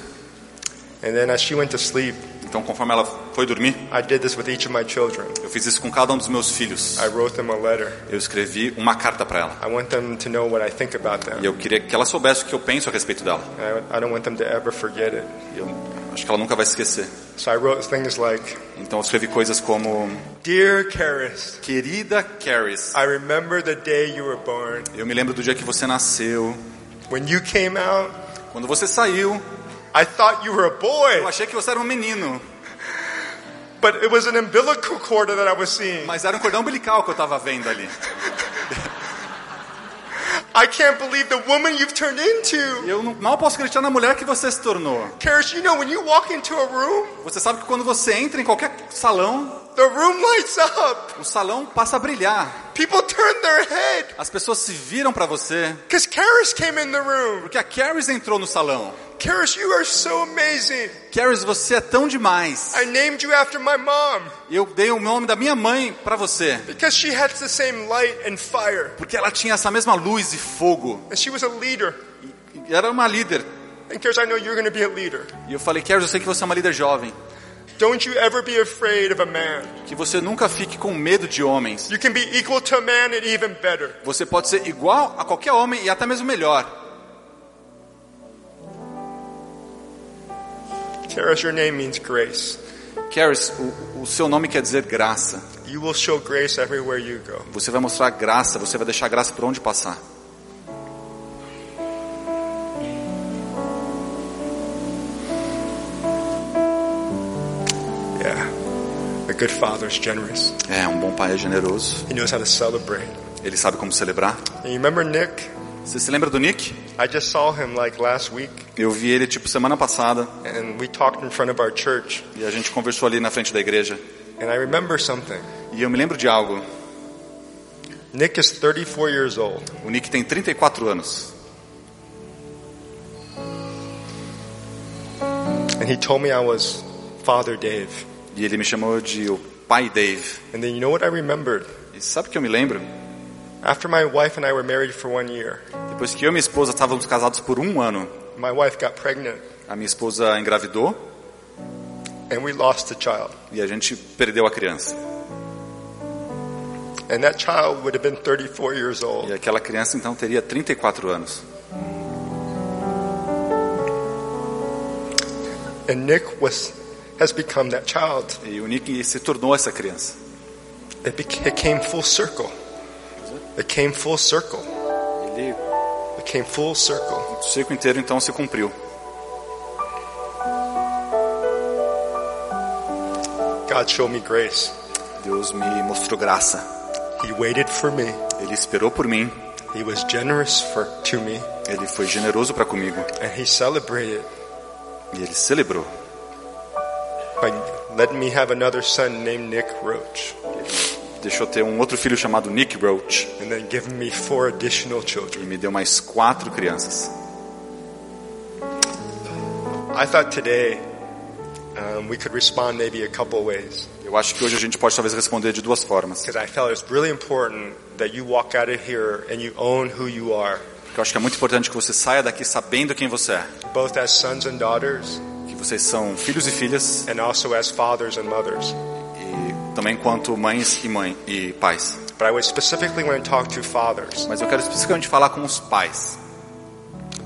[SPEAKER 1] And then as she went to sleep,
[SPEAKER 2] Então, conforme ela foi dormir,
[SPEAKER 1] I did this with each of my children.
[SPEAKER 2] eu fiz isso com cada um dos meus filhos.
[SPEAKER 1] I wrote them a letter.
[SPEAKER 2] Eu escrevi uma carta pra ela.
[SPEAKER 1] I want them to know what I think about them.
[SPEAKER 2] E eu queria que ela soubesse o que eu penso a respeito dela.
[SPEAKER 1] And I, I don't want them to ever forget it.
[SPEAKER 2] E eu acho que ela nunca vai esquecer.
[SPEAKER 1] So I wrote things like,
[SPEAKER 2] Então, eu escrevi coisas como:
[SPEAKER 1] Dear Karis,
[SPEAKER 2] Querida Caris,
[SPEAKER 1] I remember the day you were born.
[SPEAKER 2] eu me lembro do dia que você nasceu.
[SPEAKER 1] When you came out,
[SPEAKER 2] Quando você saiu,
[SPEAKER 1] I thought you were a
[SPEAKER 2] eu
[SPEAKER 1] boy.
[SPEAKER 2] achei que você era um menino.
[SPEAKER 1] But it was an umbilical cord that I was seeing.
[SPEAKER 2] Mas era um cordão umbilical que eu estava vendo ali.
[SPEAKER 1] I can't believe the woman you've turned into.
[SPEAKER 2] E eu não- mal posso acreditar na mulher que você se tornou.
[SPEAKER 1] Karis, you know, when you walk into a room,
[SPEAKER 2] Você sabe que quando você entra em qualquer salão,
[SPEAKER 1] the room lights up.
[SPEAKER 2] o salão passa a brilhar.
[SPEAKER 1] People turn their head.
[SPEAKER 2] As pessoas se viram para você.
[SPEAKER 1] Because Karis came in the room.
[SPEAKER 2] Porque a Caris entrou no salão.
[SPEAKER 1] Karis, you are so amazing.
[SPEAKER 2] Caris, você é tão demais.
[SPEAKER 1] I named you after my mom
[SPEAKER 2] Eu dei o nome da minha mãe para você.
[SPEAKER 1] because she had the same light and fire.
[SPEAKER 2] Porque ela tinha essa mesma luz e fogo.
[SPEAKER 1] And she was a leader.
[SPEAKER 2] E Era uma líder.
[SPEAKER 1] And Karis, I know you're going to be a leader.
[SPEAKER 2] E eu falei, Caris, eu sei que você é uma líder jovem.
[SPEAKER 1] Don't you ever be afraid of a man.
[SPEAKER 2] Que você nunca fique com medo de homens.
[SPEAKER 1] You can be equal to a man and even better.
[SPEAKER 2] Você pode ser igual a qualquer homem e até mesmo melhor.
[SPEAKER 1] Karis, your name means grace.
[SPEAKER 2] Caris, o, o seu nome quer dizer graça.
[SPEAKER 1] You will show grace everywhere you go.
[SPEAKER 2] Você vai mostrar graça, você vai deixar graça por onde passar.
[SPEAKER 1] Yeah. A good father is generous.
[SPEAKER 2] É, um bom pai é generoso.
[SPEAKER 1] He knows how to celebrate.
[SPEAKER 2] Ele sabe como celebrar.
[SPEAKER 1] And you remember Nick?
[SPEAKER 2] Você se lembra do Nick?
[SPEAKER 1] I just saw him like last week
[SPEAKER 2] Eu vi ele tipo semana passada
[SPEAKER 1] and we talked in front of our church
[SPEAKER 2] e a gente conversou ali na frente da igreja.
[SPEAKER 1] and I remember something.
[SPEAKER 2] E eu me lembro de algo.
[SPEAKER 1] Nick is 34 years old.
[SPEAKER 2] O Nick tem 34 anos.
[SPEAKER 1] And he told me I was Father Dave.
[SPEAKER 2] E ele me chamou de o pai Dave.
[SPEAKER 1] And then you know what I remembered?
[SPEAKER 2] E sabe o que eu me lembro?
[SPEAKER 1] After my wife and I were married for one year,
[SPEAKER 2] Depois que eu e minha esposa estávamos casados por um ano,
[SPEAKER 1] my wife got pregnant
[SPEAKER 2] a minha esposa engravidou
[SPEAKER 1] and we lost a child.
[SPEAKER 2] e a gente perdeu a criança.
[SPEAKER 1] And that child would have been 34 years
[SPEAKER 2] E
[SPEAKER 1] old.
[SPEAKER 2] aquela criança então teria 34 anos.
[SPEAKER 1] And Nick was has become that child.
[SPEAKER 2] E o Nick se tornou essa criança.
[SPEAKER 1] It, became, it came full circle. It came full circle.
[SPEAKER 2] Ele,
[SPEAKER 1] It came full circle.
[SPEAKER 2] o circo inteiro então se cumpriu.
[SPEAKER 1] God showed me grace.
[SPEAKER 2] Deus me mostrou graça.
[SPEAKER 1] He waited for me.
[SPEAKER 2] Ele esperou por mim.
[SPEAKER 1] He was generous for to me,
[SPEAKER 2] Ele foi generoso para comigo.
[SPEAKER 1] and he celebrated
[SPEAKER 2] E ele celebrou.
[SPEAKER 1] by letting me have another son named Nick Roach,
[SPEAKER 2] Deixou eu ter um outro filho chamado Nick Roach.
[SPEAKER 1] and then giving me four additional children.
[SPEAKER 2] E me deu mais quatro crianças.
[SPEAKER 1] I thought today um, we could respond maybe a couple ways
[SPEAKER 2] Eu acho que hoje a gente pode talvez responder de duas formas.
[SPEAKER 1] because I felt it's really important that you walk out of here and you own who you are,
[SPEAKER 2] Porque eu acho que é muito importante que você saia daqui sabendo quem você é.
[SPEAKER 1] both as sons and daughters,
[SPEAKER 2] Que vocês são filhos e filhas.
[SPEAKER 1] and also as fathers and mothers.
[SPEAKER 2] E também quanto mães e mãe e pais.
[SPEAKER 1] But I would specifically want to talk to fathers.
[SPEAKER 2] Mas eu quero especificamente falar com os pais.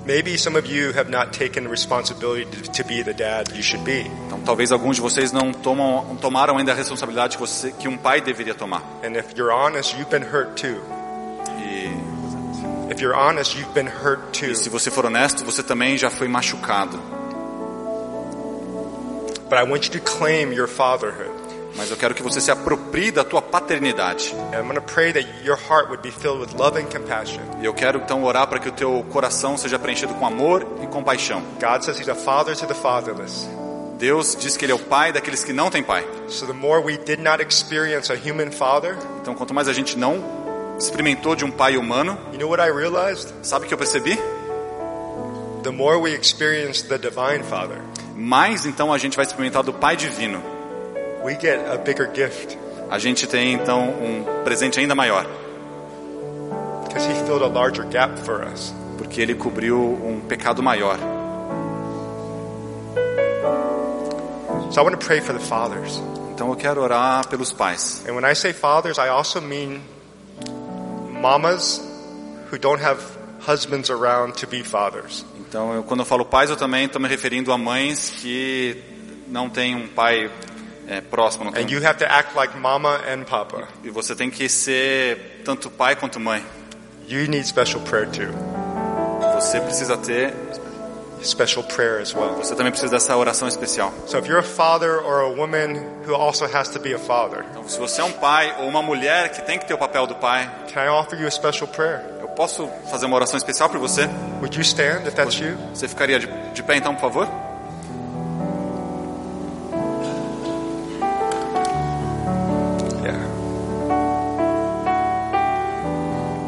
[SPEAKER 1] Maybe some of you have not taken the responsibility to, to be the dad you should be.
[SPEAKER 2] Então, talvez alguns de vocês não tomam, tomaram ainda a responsabilidade que, você, que um pai deveria tomar.
[SPEAKER 1] And if you're honest, you've been hurt too.
[SPEAKER 2] E,
[SPEAKER 1] If you're honest, you've been hurt too.
[SPEAKER 2] e se você for honesto, você também já foi machucado.
[SPEAKER 1] But I want you to claim your fatherhood.
[SPEAKER 2] Mas eu quero que você se aproprie da tua paternidade.
[SPEAKER 1] And I'm going to pray that your heart would be filled with love and compassion.
[SPEAKER 2] E eu quero então orar para que o teu coração seja preenchido com amor e compaixão.
[SPEAKER 1] God says He's a father to the fatherless.
[SPEAKER 2] Deus diz que Ele é o pai daqueles que não têm pai.
[SPEAKER 1] So the more we did not experience a human father,
[SPEAKER 2] Então, quanto mais a gente não experimentou de um pai humano,
[SPEAKER 1] you know what I realized?
[SPEAKER 2] sabe o que eu percebi?
[SPEAKER 1] The more we experience the divine father,
[SPEAKER 2] Mais então a gente vai experimentar do pai divino.
[SPEAKER 1] we get a bigger gift
[SPEAKER 2] A gente tem então um presente ainda maior,
[SPEAKER 1] because He filled a larger gap for us.
[SPEAKER 2] porque Ele cobriu um pecado maior.
[SPEAKER 1] So I want to pray for the fathers.
[SPEAKER 2] Então eu quero orar pelos pais.
[SPEAKER 1] And when I say fathers, I also mean mamas who don't have husbands around to be fathers.
[SPEAKER 2] Então, eu, quando eu falo pais, eu também estou me referindo a mães que não têm um pai é, próximo. Não tem
[SPEAKER 1] And you have to act like mama and papa.
[SPEAKER 2] um- E você tem que ser tanto pai quanto mãe.
[SPEAKER 1] You need special prayer too.
[SPEAKER 2] Você precisa ter
[SPEAKER 1] special prayer as well.
[SPEAKER 2] Você também precisa dessa oração especial.
[SPEAKER 1] So if you're a father or a woman who also has to be a father,
[SPEAKER 2] Então, se você é um pai ou uma mulher que tem que ter o papel do pai,
[SPEAKER 1] can I offer you a special prayer?
[SPEAKER 2] eu posso fazer uma oração especial por você?
[SPEAKER 1] Would you stand if that's you?
[SPEAKER 2] Você ficaria de, de pé então, por favor?
[SPEAKER 1] Yeah.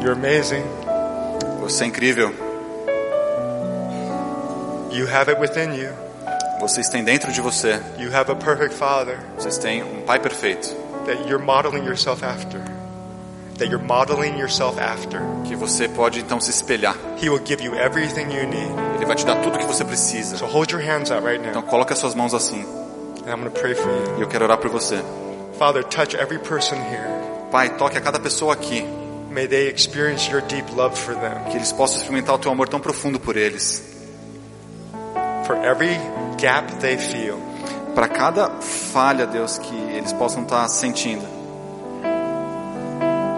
[SPEAKER 1] You're amazing.
[SPEAKER 2] Você é incrível.
[SPEAKER 1] You have it within you.
[SPEAKER 2] Vocês têm dentro de você,
[SPEAKER 1] You have a perfect father
[SPEAKER 2] vocês têm um pai perfeito
[SPEAKER 1] that you're modeling yourself after. That you're modeling yourself after.
[SPEAKER 2] que você pode então se espelhar.
[SPEAKER 1] He will give you everything you need.
[SPEAKER 2] Ele vai te dar tudo o que você precisa.
[SPEAKER 1] So hold your hands out right
[SPEAKER 2] Então
[SPEAKER 1] now,
[SPEAKER 2] coloque as suas mãos assim
[SPEAKER 1] and I'm going to pray for you.
[SPEAKER 2] e eu quero orar por você.
[SPEAKER 1] Father, touch every person here.
[SPEAKER 2] Pai, toque a cada pessoa aqui,
[SPEAKER 1] May they experience your deep love for them.
[SPEAKER 2] que eles possam experimentar o teu amor tão profundo por eles.
[SPEAKER 1] For every gap they feel,
[SPEAKER 2] Para cada falha, Deus, que eles possam estar sentindo,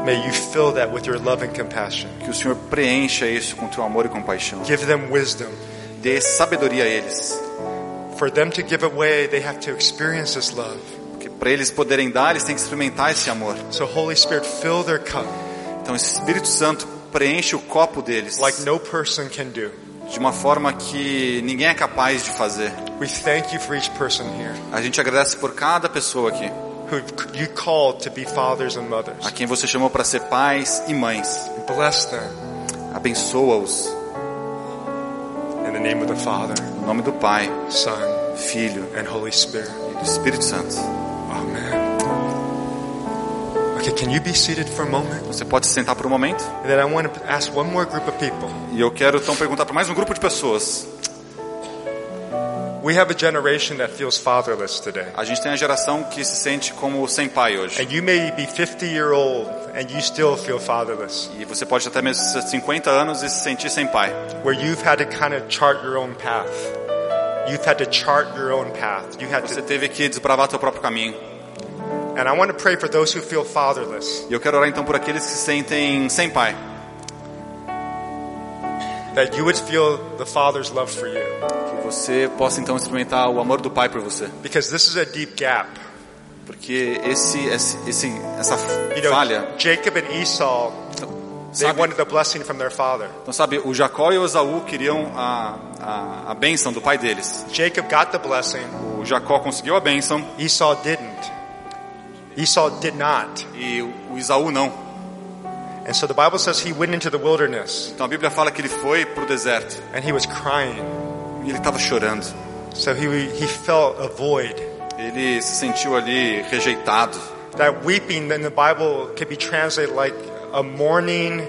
[SPEAKER 1] may you fill that with your love and compassion.
[SPEAKER 2] que o Senhor preencha isso com teu amor e compaixão.
[SPEAKER 1] Give them wisdom.
[SPEAKER 2] Dê sabedoria a eles,
[SPEAKER 1] For them to give away, they have to experience this love.
[SPEAKER 2] porque para eles poderem dar, eles têm que experimentar esse amor.
[SPEAKER 1] So, Holy Spirit, fill their cup
[SPEAKER 2] Então, esse Espírito Santo preenche o copo deles
[SPEAKER 1] like no person can do.
[SPEAKER 2] de uma forma que ninguém é capaz de fazer.
[SPEAKER 1] We thank you for each person here
[SPEAKER 2] A gente agradece por cada pessoa aqui,
[SPEAKER 1] who you called to be fathers and mothers.
[SPEAKER 2] a quem você chamou para ser pais e mães.
[SPEAKER 1] Bless them
[SPEAKER 2] Abençoa-os
[SPEAKER 1] in the name of the Father,
[SPEAKER 2] no nome do Pai,
[SPEAKER 1] Son,
[SPEAKER 2] Filho
[SPEAKER 1] and Holy Spirit.
[SPEAKER 2] e do Espírito Santo.
[SPEAKER 1] Amen. Okay, can you be seated for a moment?
[SPEAKER 2] Você pode se sentar por um momento
[SPEAKER 1] And then I want to ask one more group of people.
[SPEAKER 2] e eu quero então perguntar para mais um grupo de pessoas.
[SPEAKER 1] We have a generation that feels fatherless today.
[SPEAKER 2] A gente tem a geração que se sente como sem pai hoje.
[SPEAKER 1] And you may be 50 year old and you still feel fatherless,
[SPEAKER 2] E você pode até mesmo ter 50 anos e se sentir sem pai.
[SPEAKER 1] where you've had to kind of chart your own path. You've had to chart your own path. You had
[SPEAKER 2] Você
[SPEAKER 1] to,
[SPEAKER 2] teve que desbravar teu próprio caminho.
[SPEAKER 1] and I want to pray for those who feel fatherless
[SPEAKER 2] E eu quero orar então por aqueles que se sentem sem pai.
[SPEAKER 1] that you would feel the Father's love for you,
[SPEAKER 2] Que você possa então experimentar o amor do pai por você.
[SPEAKER 1] because this is a deep gap.
[SPEAKER 2] Porque esse, esse, esse essa
[SPEAKER 1] You know,
[SPEAKER 2] falha,
[SPEAKER 1] Jacob and Esau, they
[SPEAKER 2] Então, sabe?
[SPEAKER 1] wanted the blessing from their father.
[SPEAKER 2] Então sabe, o Jacó e o Esaú queriam a, a, a bênção do pai deles.
[SPEAKER 1] Jacob got the blessing,
[SPEAKER 2] O Jacó conseguiu a bênção
[SPEAKER 1] Esau didn't. Esau did not.
[SPEAKER 2] e o Esaú não.
[SPEAKER 1] And so the Bible says he went into the wilderness
[SPEAKER 2] Então a Bíblia fala que ele foi para o deserto
[SPEAKER 1] and he was crying.
[SPEAKER 2] e ele estava chorando.
[SPEAKER 1] So he, he felt a void.
[SPEAKER 2] Ele se sentiu ali rejeitado.
[SPEAKER 1] That weeping in the Bible can be translated like a mourning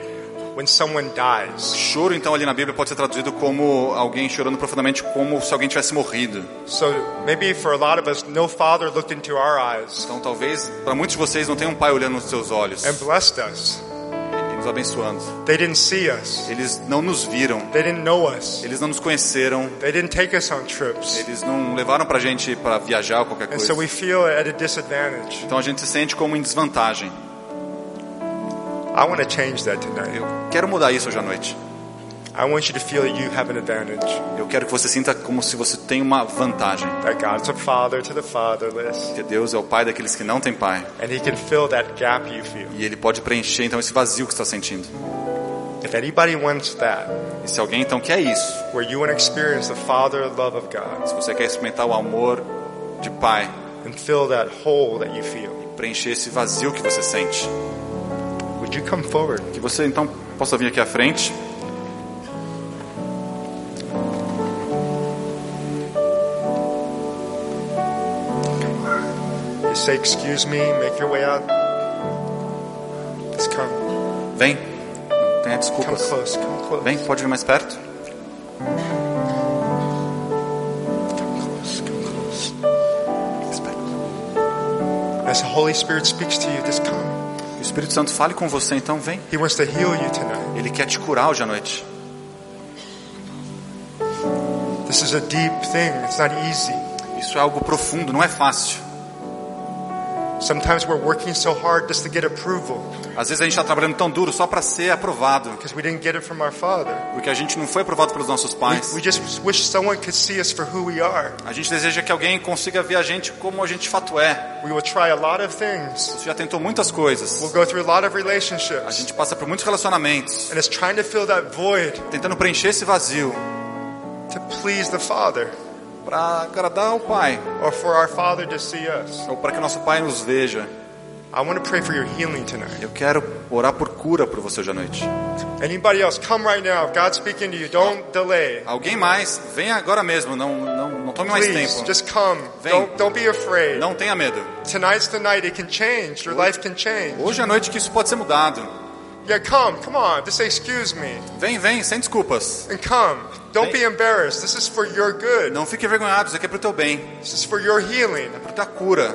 [SPEAKER 1] when someone dies.
[SPEAKER 2] Choro então ali na Bíblia pode ser traduzido como alguém chorando profundamente como se alguém tivesse morrido.
[SPEAKER 1] So maybe for a lot of us, no father looked into our eyes
[SPEAKER 2] Então talvez para muitos de vocês não tenha um pai olhando nos seus olhos
[SPEAKER 1] and blessed us.
[SPEAKER 2] e nos abençoando.
[SPEAKER 1] They didn't see us.
[SPEAKER 2] Eles não nos viram,
[SPEAKER 1] They didn't know us.
[SPEAKER 2] eles não nos conheceram,
[SPEAKER 1] They didn't take us on trips.
[SPEAKER 2] eles não levaram pra gente para viajar ou qualquer
[SPEAKER 1] And
[SPEAKER 2] coisa.
[SPEAKER 1] so we feel at a disadvantage.
[SPEAKER 2] Então a gente se sente como em desvantagem.
[SPEAKER 1] I want to change that tonight.
[SPEAKER 2] Eu quero mudar isso hoje à noite.
[SPEAKER 1] I want you to feel you have an advantage.
[SPEAKER 2] Eu quero que você sinta como se você tem uma vantagem.
[SPEAKER 1] That God's a father to the fatherless.
[SPEAKER 2] Porque Deus é o pai daqueles que não têm pai.
[SPEAKER 1] And he can fill that gap you feel.
[SPEAKER 2] E ele pode preencher então esse vazio que está sentindo.
[SPEAKER 1] If anybody wants that,
[SPEAKER 2] E se alguém então quer isso,
[SPEAKER 1] where you want to experience the Father love of God
[SPEAKER 2] se você quer experimentar o amor de pai,
[SPEAKER 1] and fill that hole that you feel,
[SPEAKER 2] preencher esse vazio que você sente,
[SPEAKER 1] would you come forward?
[SPEAKER 2] que você então possa vir aqui à frente.
[SPEAKER 1] You say, Excuse me, make your way out. Just come.
[SPEAKER 2] Vem. Não
[SPEAKER 1] Come
[SPEAKER 2] tenha desculpas.
[SPEAKER 1] close, come close.
[SPEAKER 2] Vem, pode vir mais perto.
[SPEAKER 1] Come close, come close. Just back. As the Holy Spirit speaks to you, just come.
[SPEAKER 2] O Espírito Santo fale com você, então vem.
[SPEAKER 1] He wants to heal you tonight.
[SPEAKER 2] Ele quer te curar hoje à noite.
[SPEAKER 1] This is a deep thing, it's not easy.
[SPEAKER 2] Isso é algo profundo, não é fácil.
[SPEAKER 1] Sometimes we're working so hard just to get approval
[SPEAKER 2] Às vezes a gente está trabalhando tão duro só para ser aprovado,
[SPEAKER 1] because we didn't get it from our Father.
[SPEAKER 2] porque a gente não foi aprovado pelos nossos pais.
[SPEAKER 1] We just wish someone could see us for who we are.
[SPEAKER 2] A gente deseja que alguém consiga ver a gente como a gente de fato é.
[SPEAKER 1] We will try a lot of things.
[SPEAKER 2] Você já tentou muitas
[SPEAKER 1] We'll
[SPEAKER 2] coisas.
[SPEAKER 1] go through a lot of
[SPEAKER 2] A
[SPEAKER 1] relationships.
[SPEAKER 2] gente passa por muitos relacionamentos,
[SPEAKER 1] And it's trying to fill that void
[SPEAKER 2] tentando preencher esse vazio
[SPEAKER 1] to please the Father
[SPEAKER 2] para agradar o Pai,
[SPEAKER 1] or for our Father to see us.
[SPEAKER 2] ou para que nosso Pai nos veja.
[SPEAKER 1] I want to pray for your healing tonight.
[SPEAKER 2] Eu quero orar por cura por você hoje à noite.
[SPEAKER 1] Anybody else, come right now. If God's speaking to you, don't delay.
[SPEAKER 2] Alguém mais, venha agora mesmo, não, não, não tome mais
[SPEAKER 1] Please,
[SPEAKER 2] tempo.
[SPEAKER 1] just come.
[SPEAKER 2] Vem.
[SPEAKER 1] Don't, don't be afraid.
[SPEAKER 2] Não tenha medo.
[SPEAKER 1] Tonight's the night it can change. Your life can change.
[SPEAKER 2] Hoje à noite que isso pode ser mudado.
[SPEAKER 1] Yeah, come, come on. Just say, excuse me,
[SPEAKER 2] Vem, vem, sem desculpas.
[SPEAKER 1] and come. Don't be embarrassed. This is for your good.
[SPEAKER 2] Não fique envergonhado, isso aqui é pro teu bem,
[SPEAKER 1] This is for your healing.
[SPEAKER 2] é pro tua cura.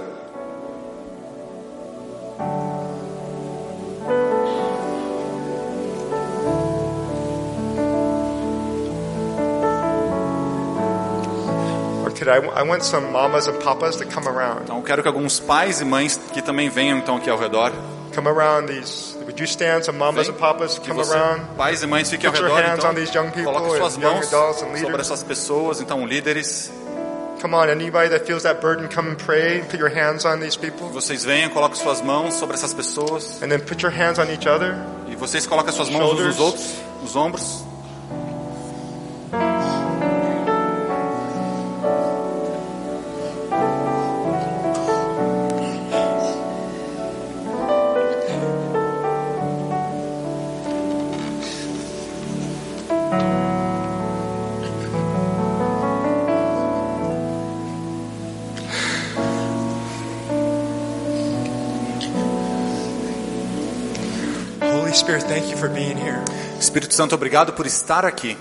[SPEAKER 1] Okay, I, I want some mamas and papas to come around.
[SPEAKER 2] Então eu quero que alguns pais e mães que também venham então aqui ao redor.
[SPEAKER 1] Come around these. Would you stand? Some mamas
[SPEAKER 2] Vem.
[SPEAKER 1] and papas,
[SPEAKER 2] Que
[SPEAKER 1] come
[SPEAKER 2] você,
[SPEAKER 1] around.
[SPEAKER 2] pais e mães fiquem ao
[SPEAKER 1] Put your
[SPEAKER 2] redor,
[SPEAKER 1] hands
[SPEAKER 2] então,
[SPEAKER 1] on these young people
[SPEAKER 2] coloque suas
[SPEAKER 1] and young
[SPEAKER 2] mãos
[SPEAKER 1] adults and
[SPEAKER 2] sobre
[SPEAKER 1] leaders.
[SPEAKER 2] essas pessoas, então líderes.
[SPEAKER 1] Come on, anybody that feels that burden, come and pray. Put your hands on these people.
[SPEAKER 2] Vocês venham, coloquem suas mãos sobre essas pessoas
[SPEAKER 1] And then put your hands on each other.
[SPEAKER 2] e vocês colocam suas mãos uns nos
[SPEAKER 1] Shoulders.
[SPEAKER 2] outros, nos ombros.
[SPEAKER 1] Holy Spirit, thank you for being here.
[SPEAKER 2] Espírito Santo, obrigado por estar aqui.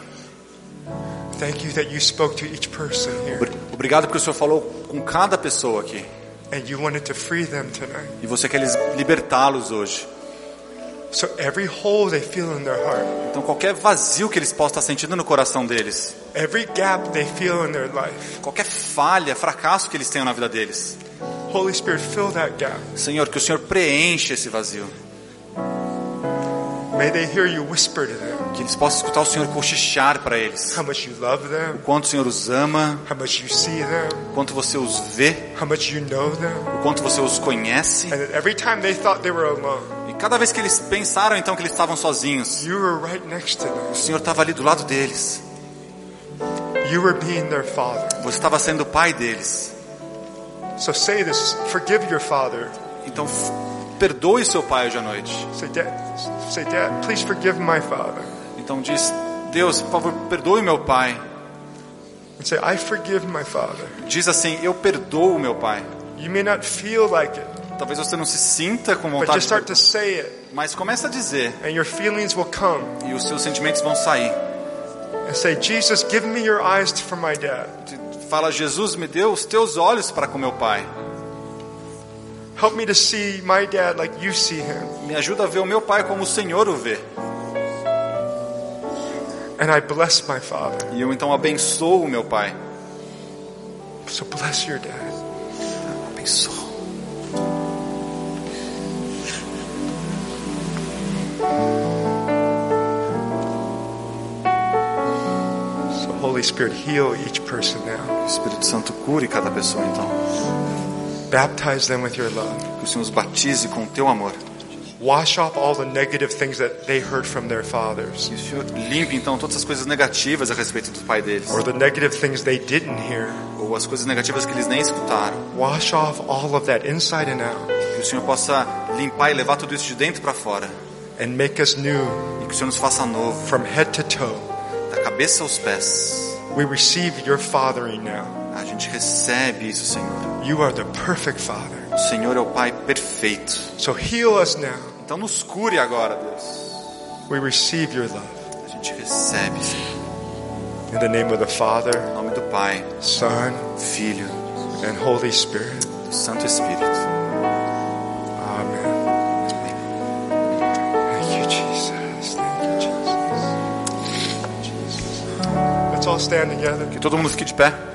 [SPEAKER 1] Thank you that you spoke to each person here.
[SPEAKER 2] Obri- Obrigado porque o Senhor falou com cada pessoa aqui
[SPEAKER 1] And you wanted to free them tonight.
[SPEAKER 2] e você quer eles- libertá-los hoje.
[SPEAKER 1] So every hole they feel in their heart,
[SPEAKER 2] Então qualquer vazio que eles possam estar sentindo no coração deles,
[SPEAKER 1] every gap they feel in their life,
[SPEAKER 2] qualquer falha, fracasso que eles tenham na vida deles.
[SPEAKER 1] Holy Spirit, fill that gap.
[SPEAKER 2] Senhor, que o Senhor preencha esse vazio,
[SPEAKER 1] May they hear you whisper to them
[SPEAKER 2] que eles possam escutar o Senhor cochichar para eles.
[SPEAKER 1] how much you love them,
[SPEAKER 2] O quanto o Senhor os ama,
[SPEAKER 1] how much you see them,
[SPEAKER 2] o quanto você os vê,
[SPEAKER 1] how much you know them.
[SPEAKER 2] o quanto você os conhece.
[SPEAKER 1] And that every time they thought they were alone,
[SPEAKER 2] E cada vez que eles pensaram então que eles estavam sozinhos,
[SPEAKER 1] you were right next to them.
[SPEAKER 2] o Senhor estava ali do lado deles.
[SPEAKER 1] You were being their father.
[SPEAKER 2] Você estava sendo o pai deles.
[SPEAKER 1] So say this, forgive your father.
[SPEAKER 2] Então f- perdoe seu pai hoje à noite.
[SPEAKER 1] Say, Dad, say, Dad, please forgive my father.
[SPEAKER 2] Então diz: Deus, por favor, perdoe meu pai.
[SPEAKER 1] And say, I forgive my father.
[SPEAKER 2] Diz assim: Eu perdoo meu pai.
[SPEAKER 1] You may not feel like it,
[SPEAKER 2] Talvez você não se sinta com
[SPEAKER 1] but
[SPEAKER 2] vontade,
[SPEAKER 1] just
[SPEAKER 2] de
[SPEAKER 1] start to
[SPEAKER 2] perdoar,
[SPEAKER 1] say it,
[SPEAKER 2] mas começa a dizer
[SPEAKER 1] and your feelings will come.
[SPEAKER 2] e os seus sentimentos vão sair.
[SPEAKER 1] And say, Jesus, give me your eyes for my dad.
[SPEAKER 2] Te- Fala: Jesus, me deu os teus olhos para com meu pai.
[SPEAKER 1] Help me to see my dad like you see him.
[SPEAKER 2] Me ajuda a ver o meu pai como o Senhor o vê.
[SPEAKER 1] And I bless my father.
[SPEAKER 2] E eu então abençoo o meu pai.
[SPEAKER 1] So bless your dad.
[SPEAKER 2] Abençoo.
[SPEAKER 1] So Holy Spirit, heal each person now.
[SPEAKER 2] Espírito Santo cure cada pessoa então.
[SPEAKER 1] Baptize them with your love.
[SPEAKER 2] Que o Senhor os batize com o teu amor.
[SPEAKER 1] Wash off all the negative things that they heard from their fathers
[SPEAKER 2] Que o Senhor limpe então todas as coisas negativas a respeito do pai deles.
[SPEAKER 1] or the negative things they didn't hear.
[SPEAKER 2] Ou as coisas negativas que eles nem escutaram.
[SPEAKER 1] Wash off all of that inside and out
[SPEAKER 2] Que o Senhor possa limpar e levar tudo isso de dentro para fora.
[SPEAKER 1] and make us new
[SPEAKER 2] E que o Senhor nos faça novo,
[SPEAKER 1] from head to toe.
[SPEAKER 2] da cabeça aos pés.
[SPEAKER 1] We receive your fathering now.
[SPEAKER 2] A gente recebe isso, Senhor.
[SPEAKER 1] You are the perfect father.
[SPEAKER 2] O Senhor é o Pai perfeito.
[SPEAKER 1] So heal us now.
[SPEAKER 2] Então nos cure agora, Deus.
[SPEAKER 1] We receive your love.
[SPEAKER 2] A gente recebe, Senhor.
[SPEAKER 1] In the name of the Father,
[SPEAKER 2] Em nome do Pai,
[SPEAKER 1] Son,
[SPEAKER 2] Filho
[SPEAKER 1] and Holy Spirit.
[SPEAKER 2] e do Santo Espírito.
[SPEAKER 1] Amen. Thank you, Jesus. Thank you, Jesus. Let's all stand together.
[SPEAKER 2] Que todo mundo fique de pé.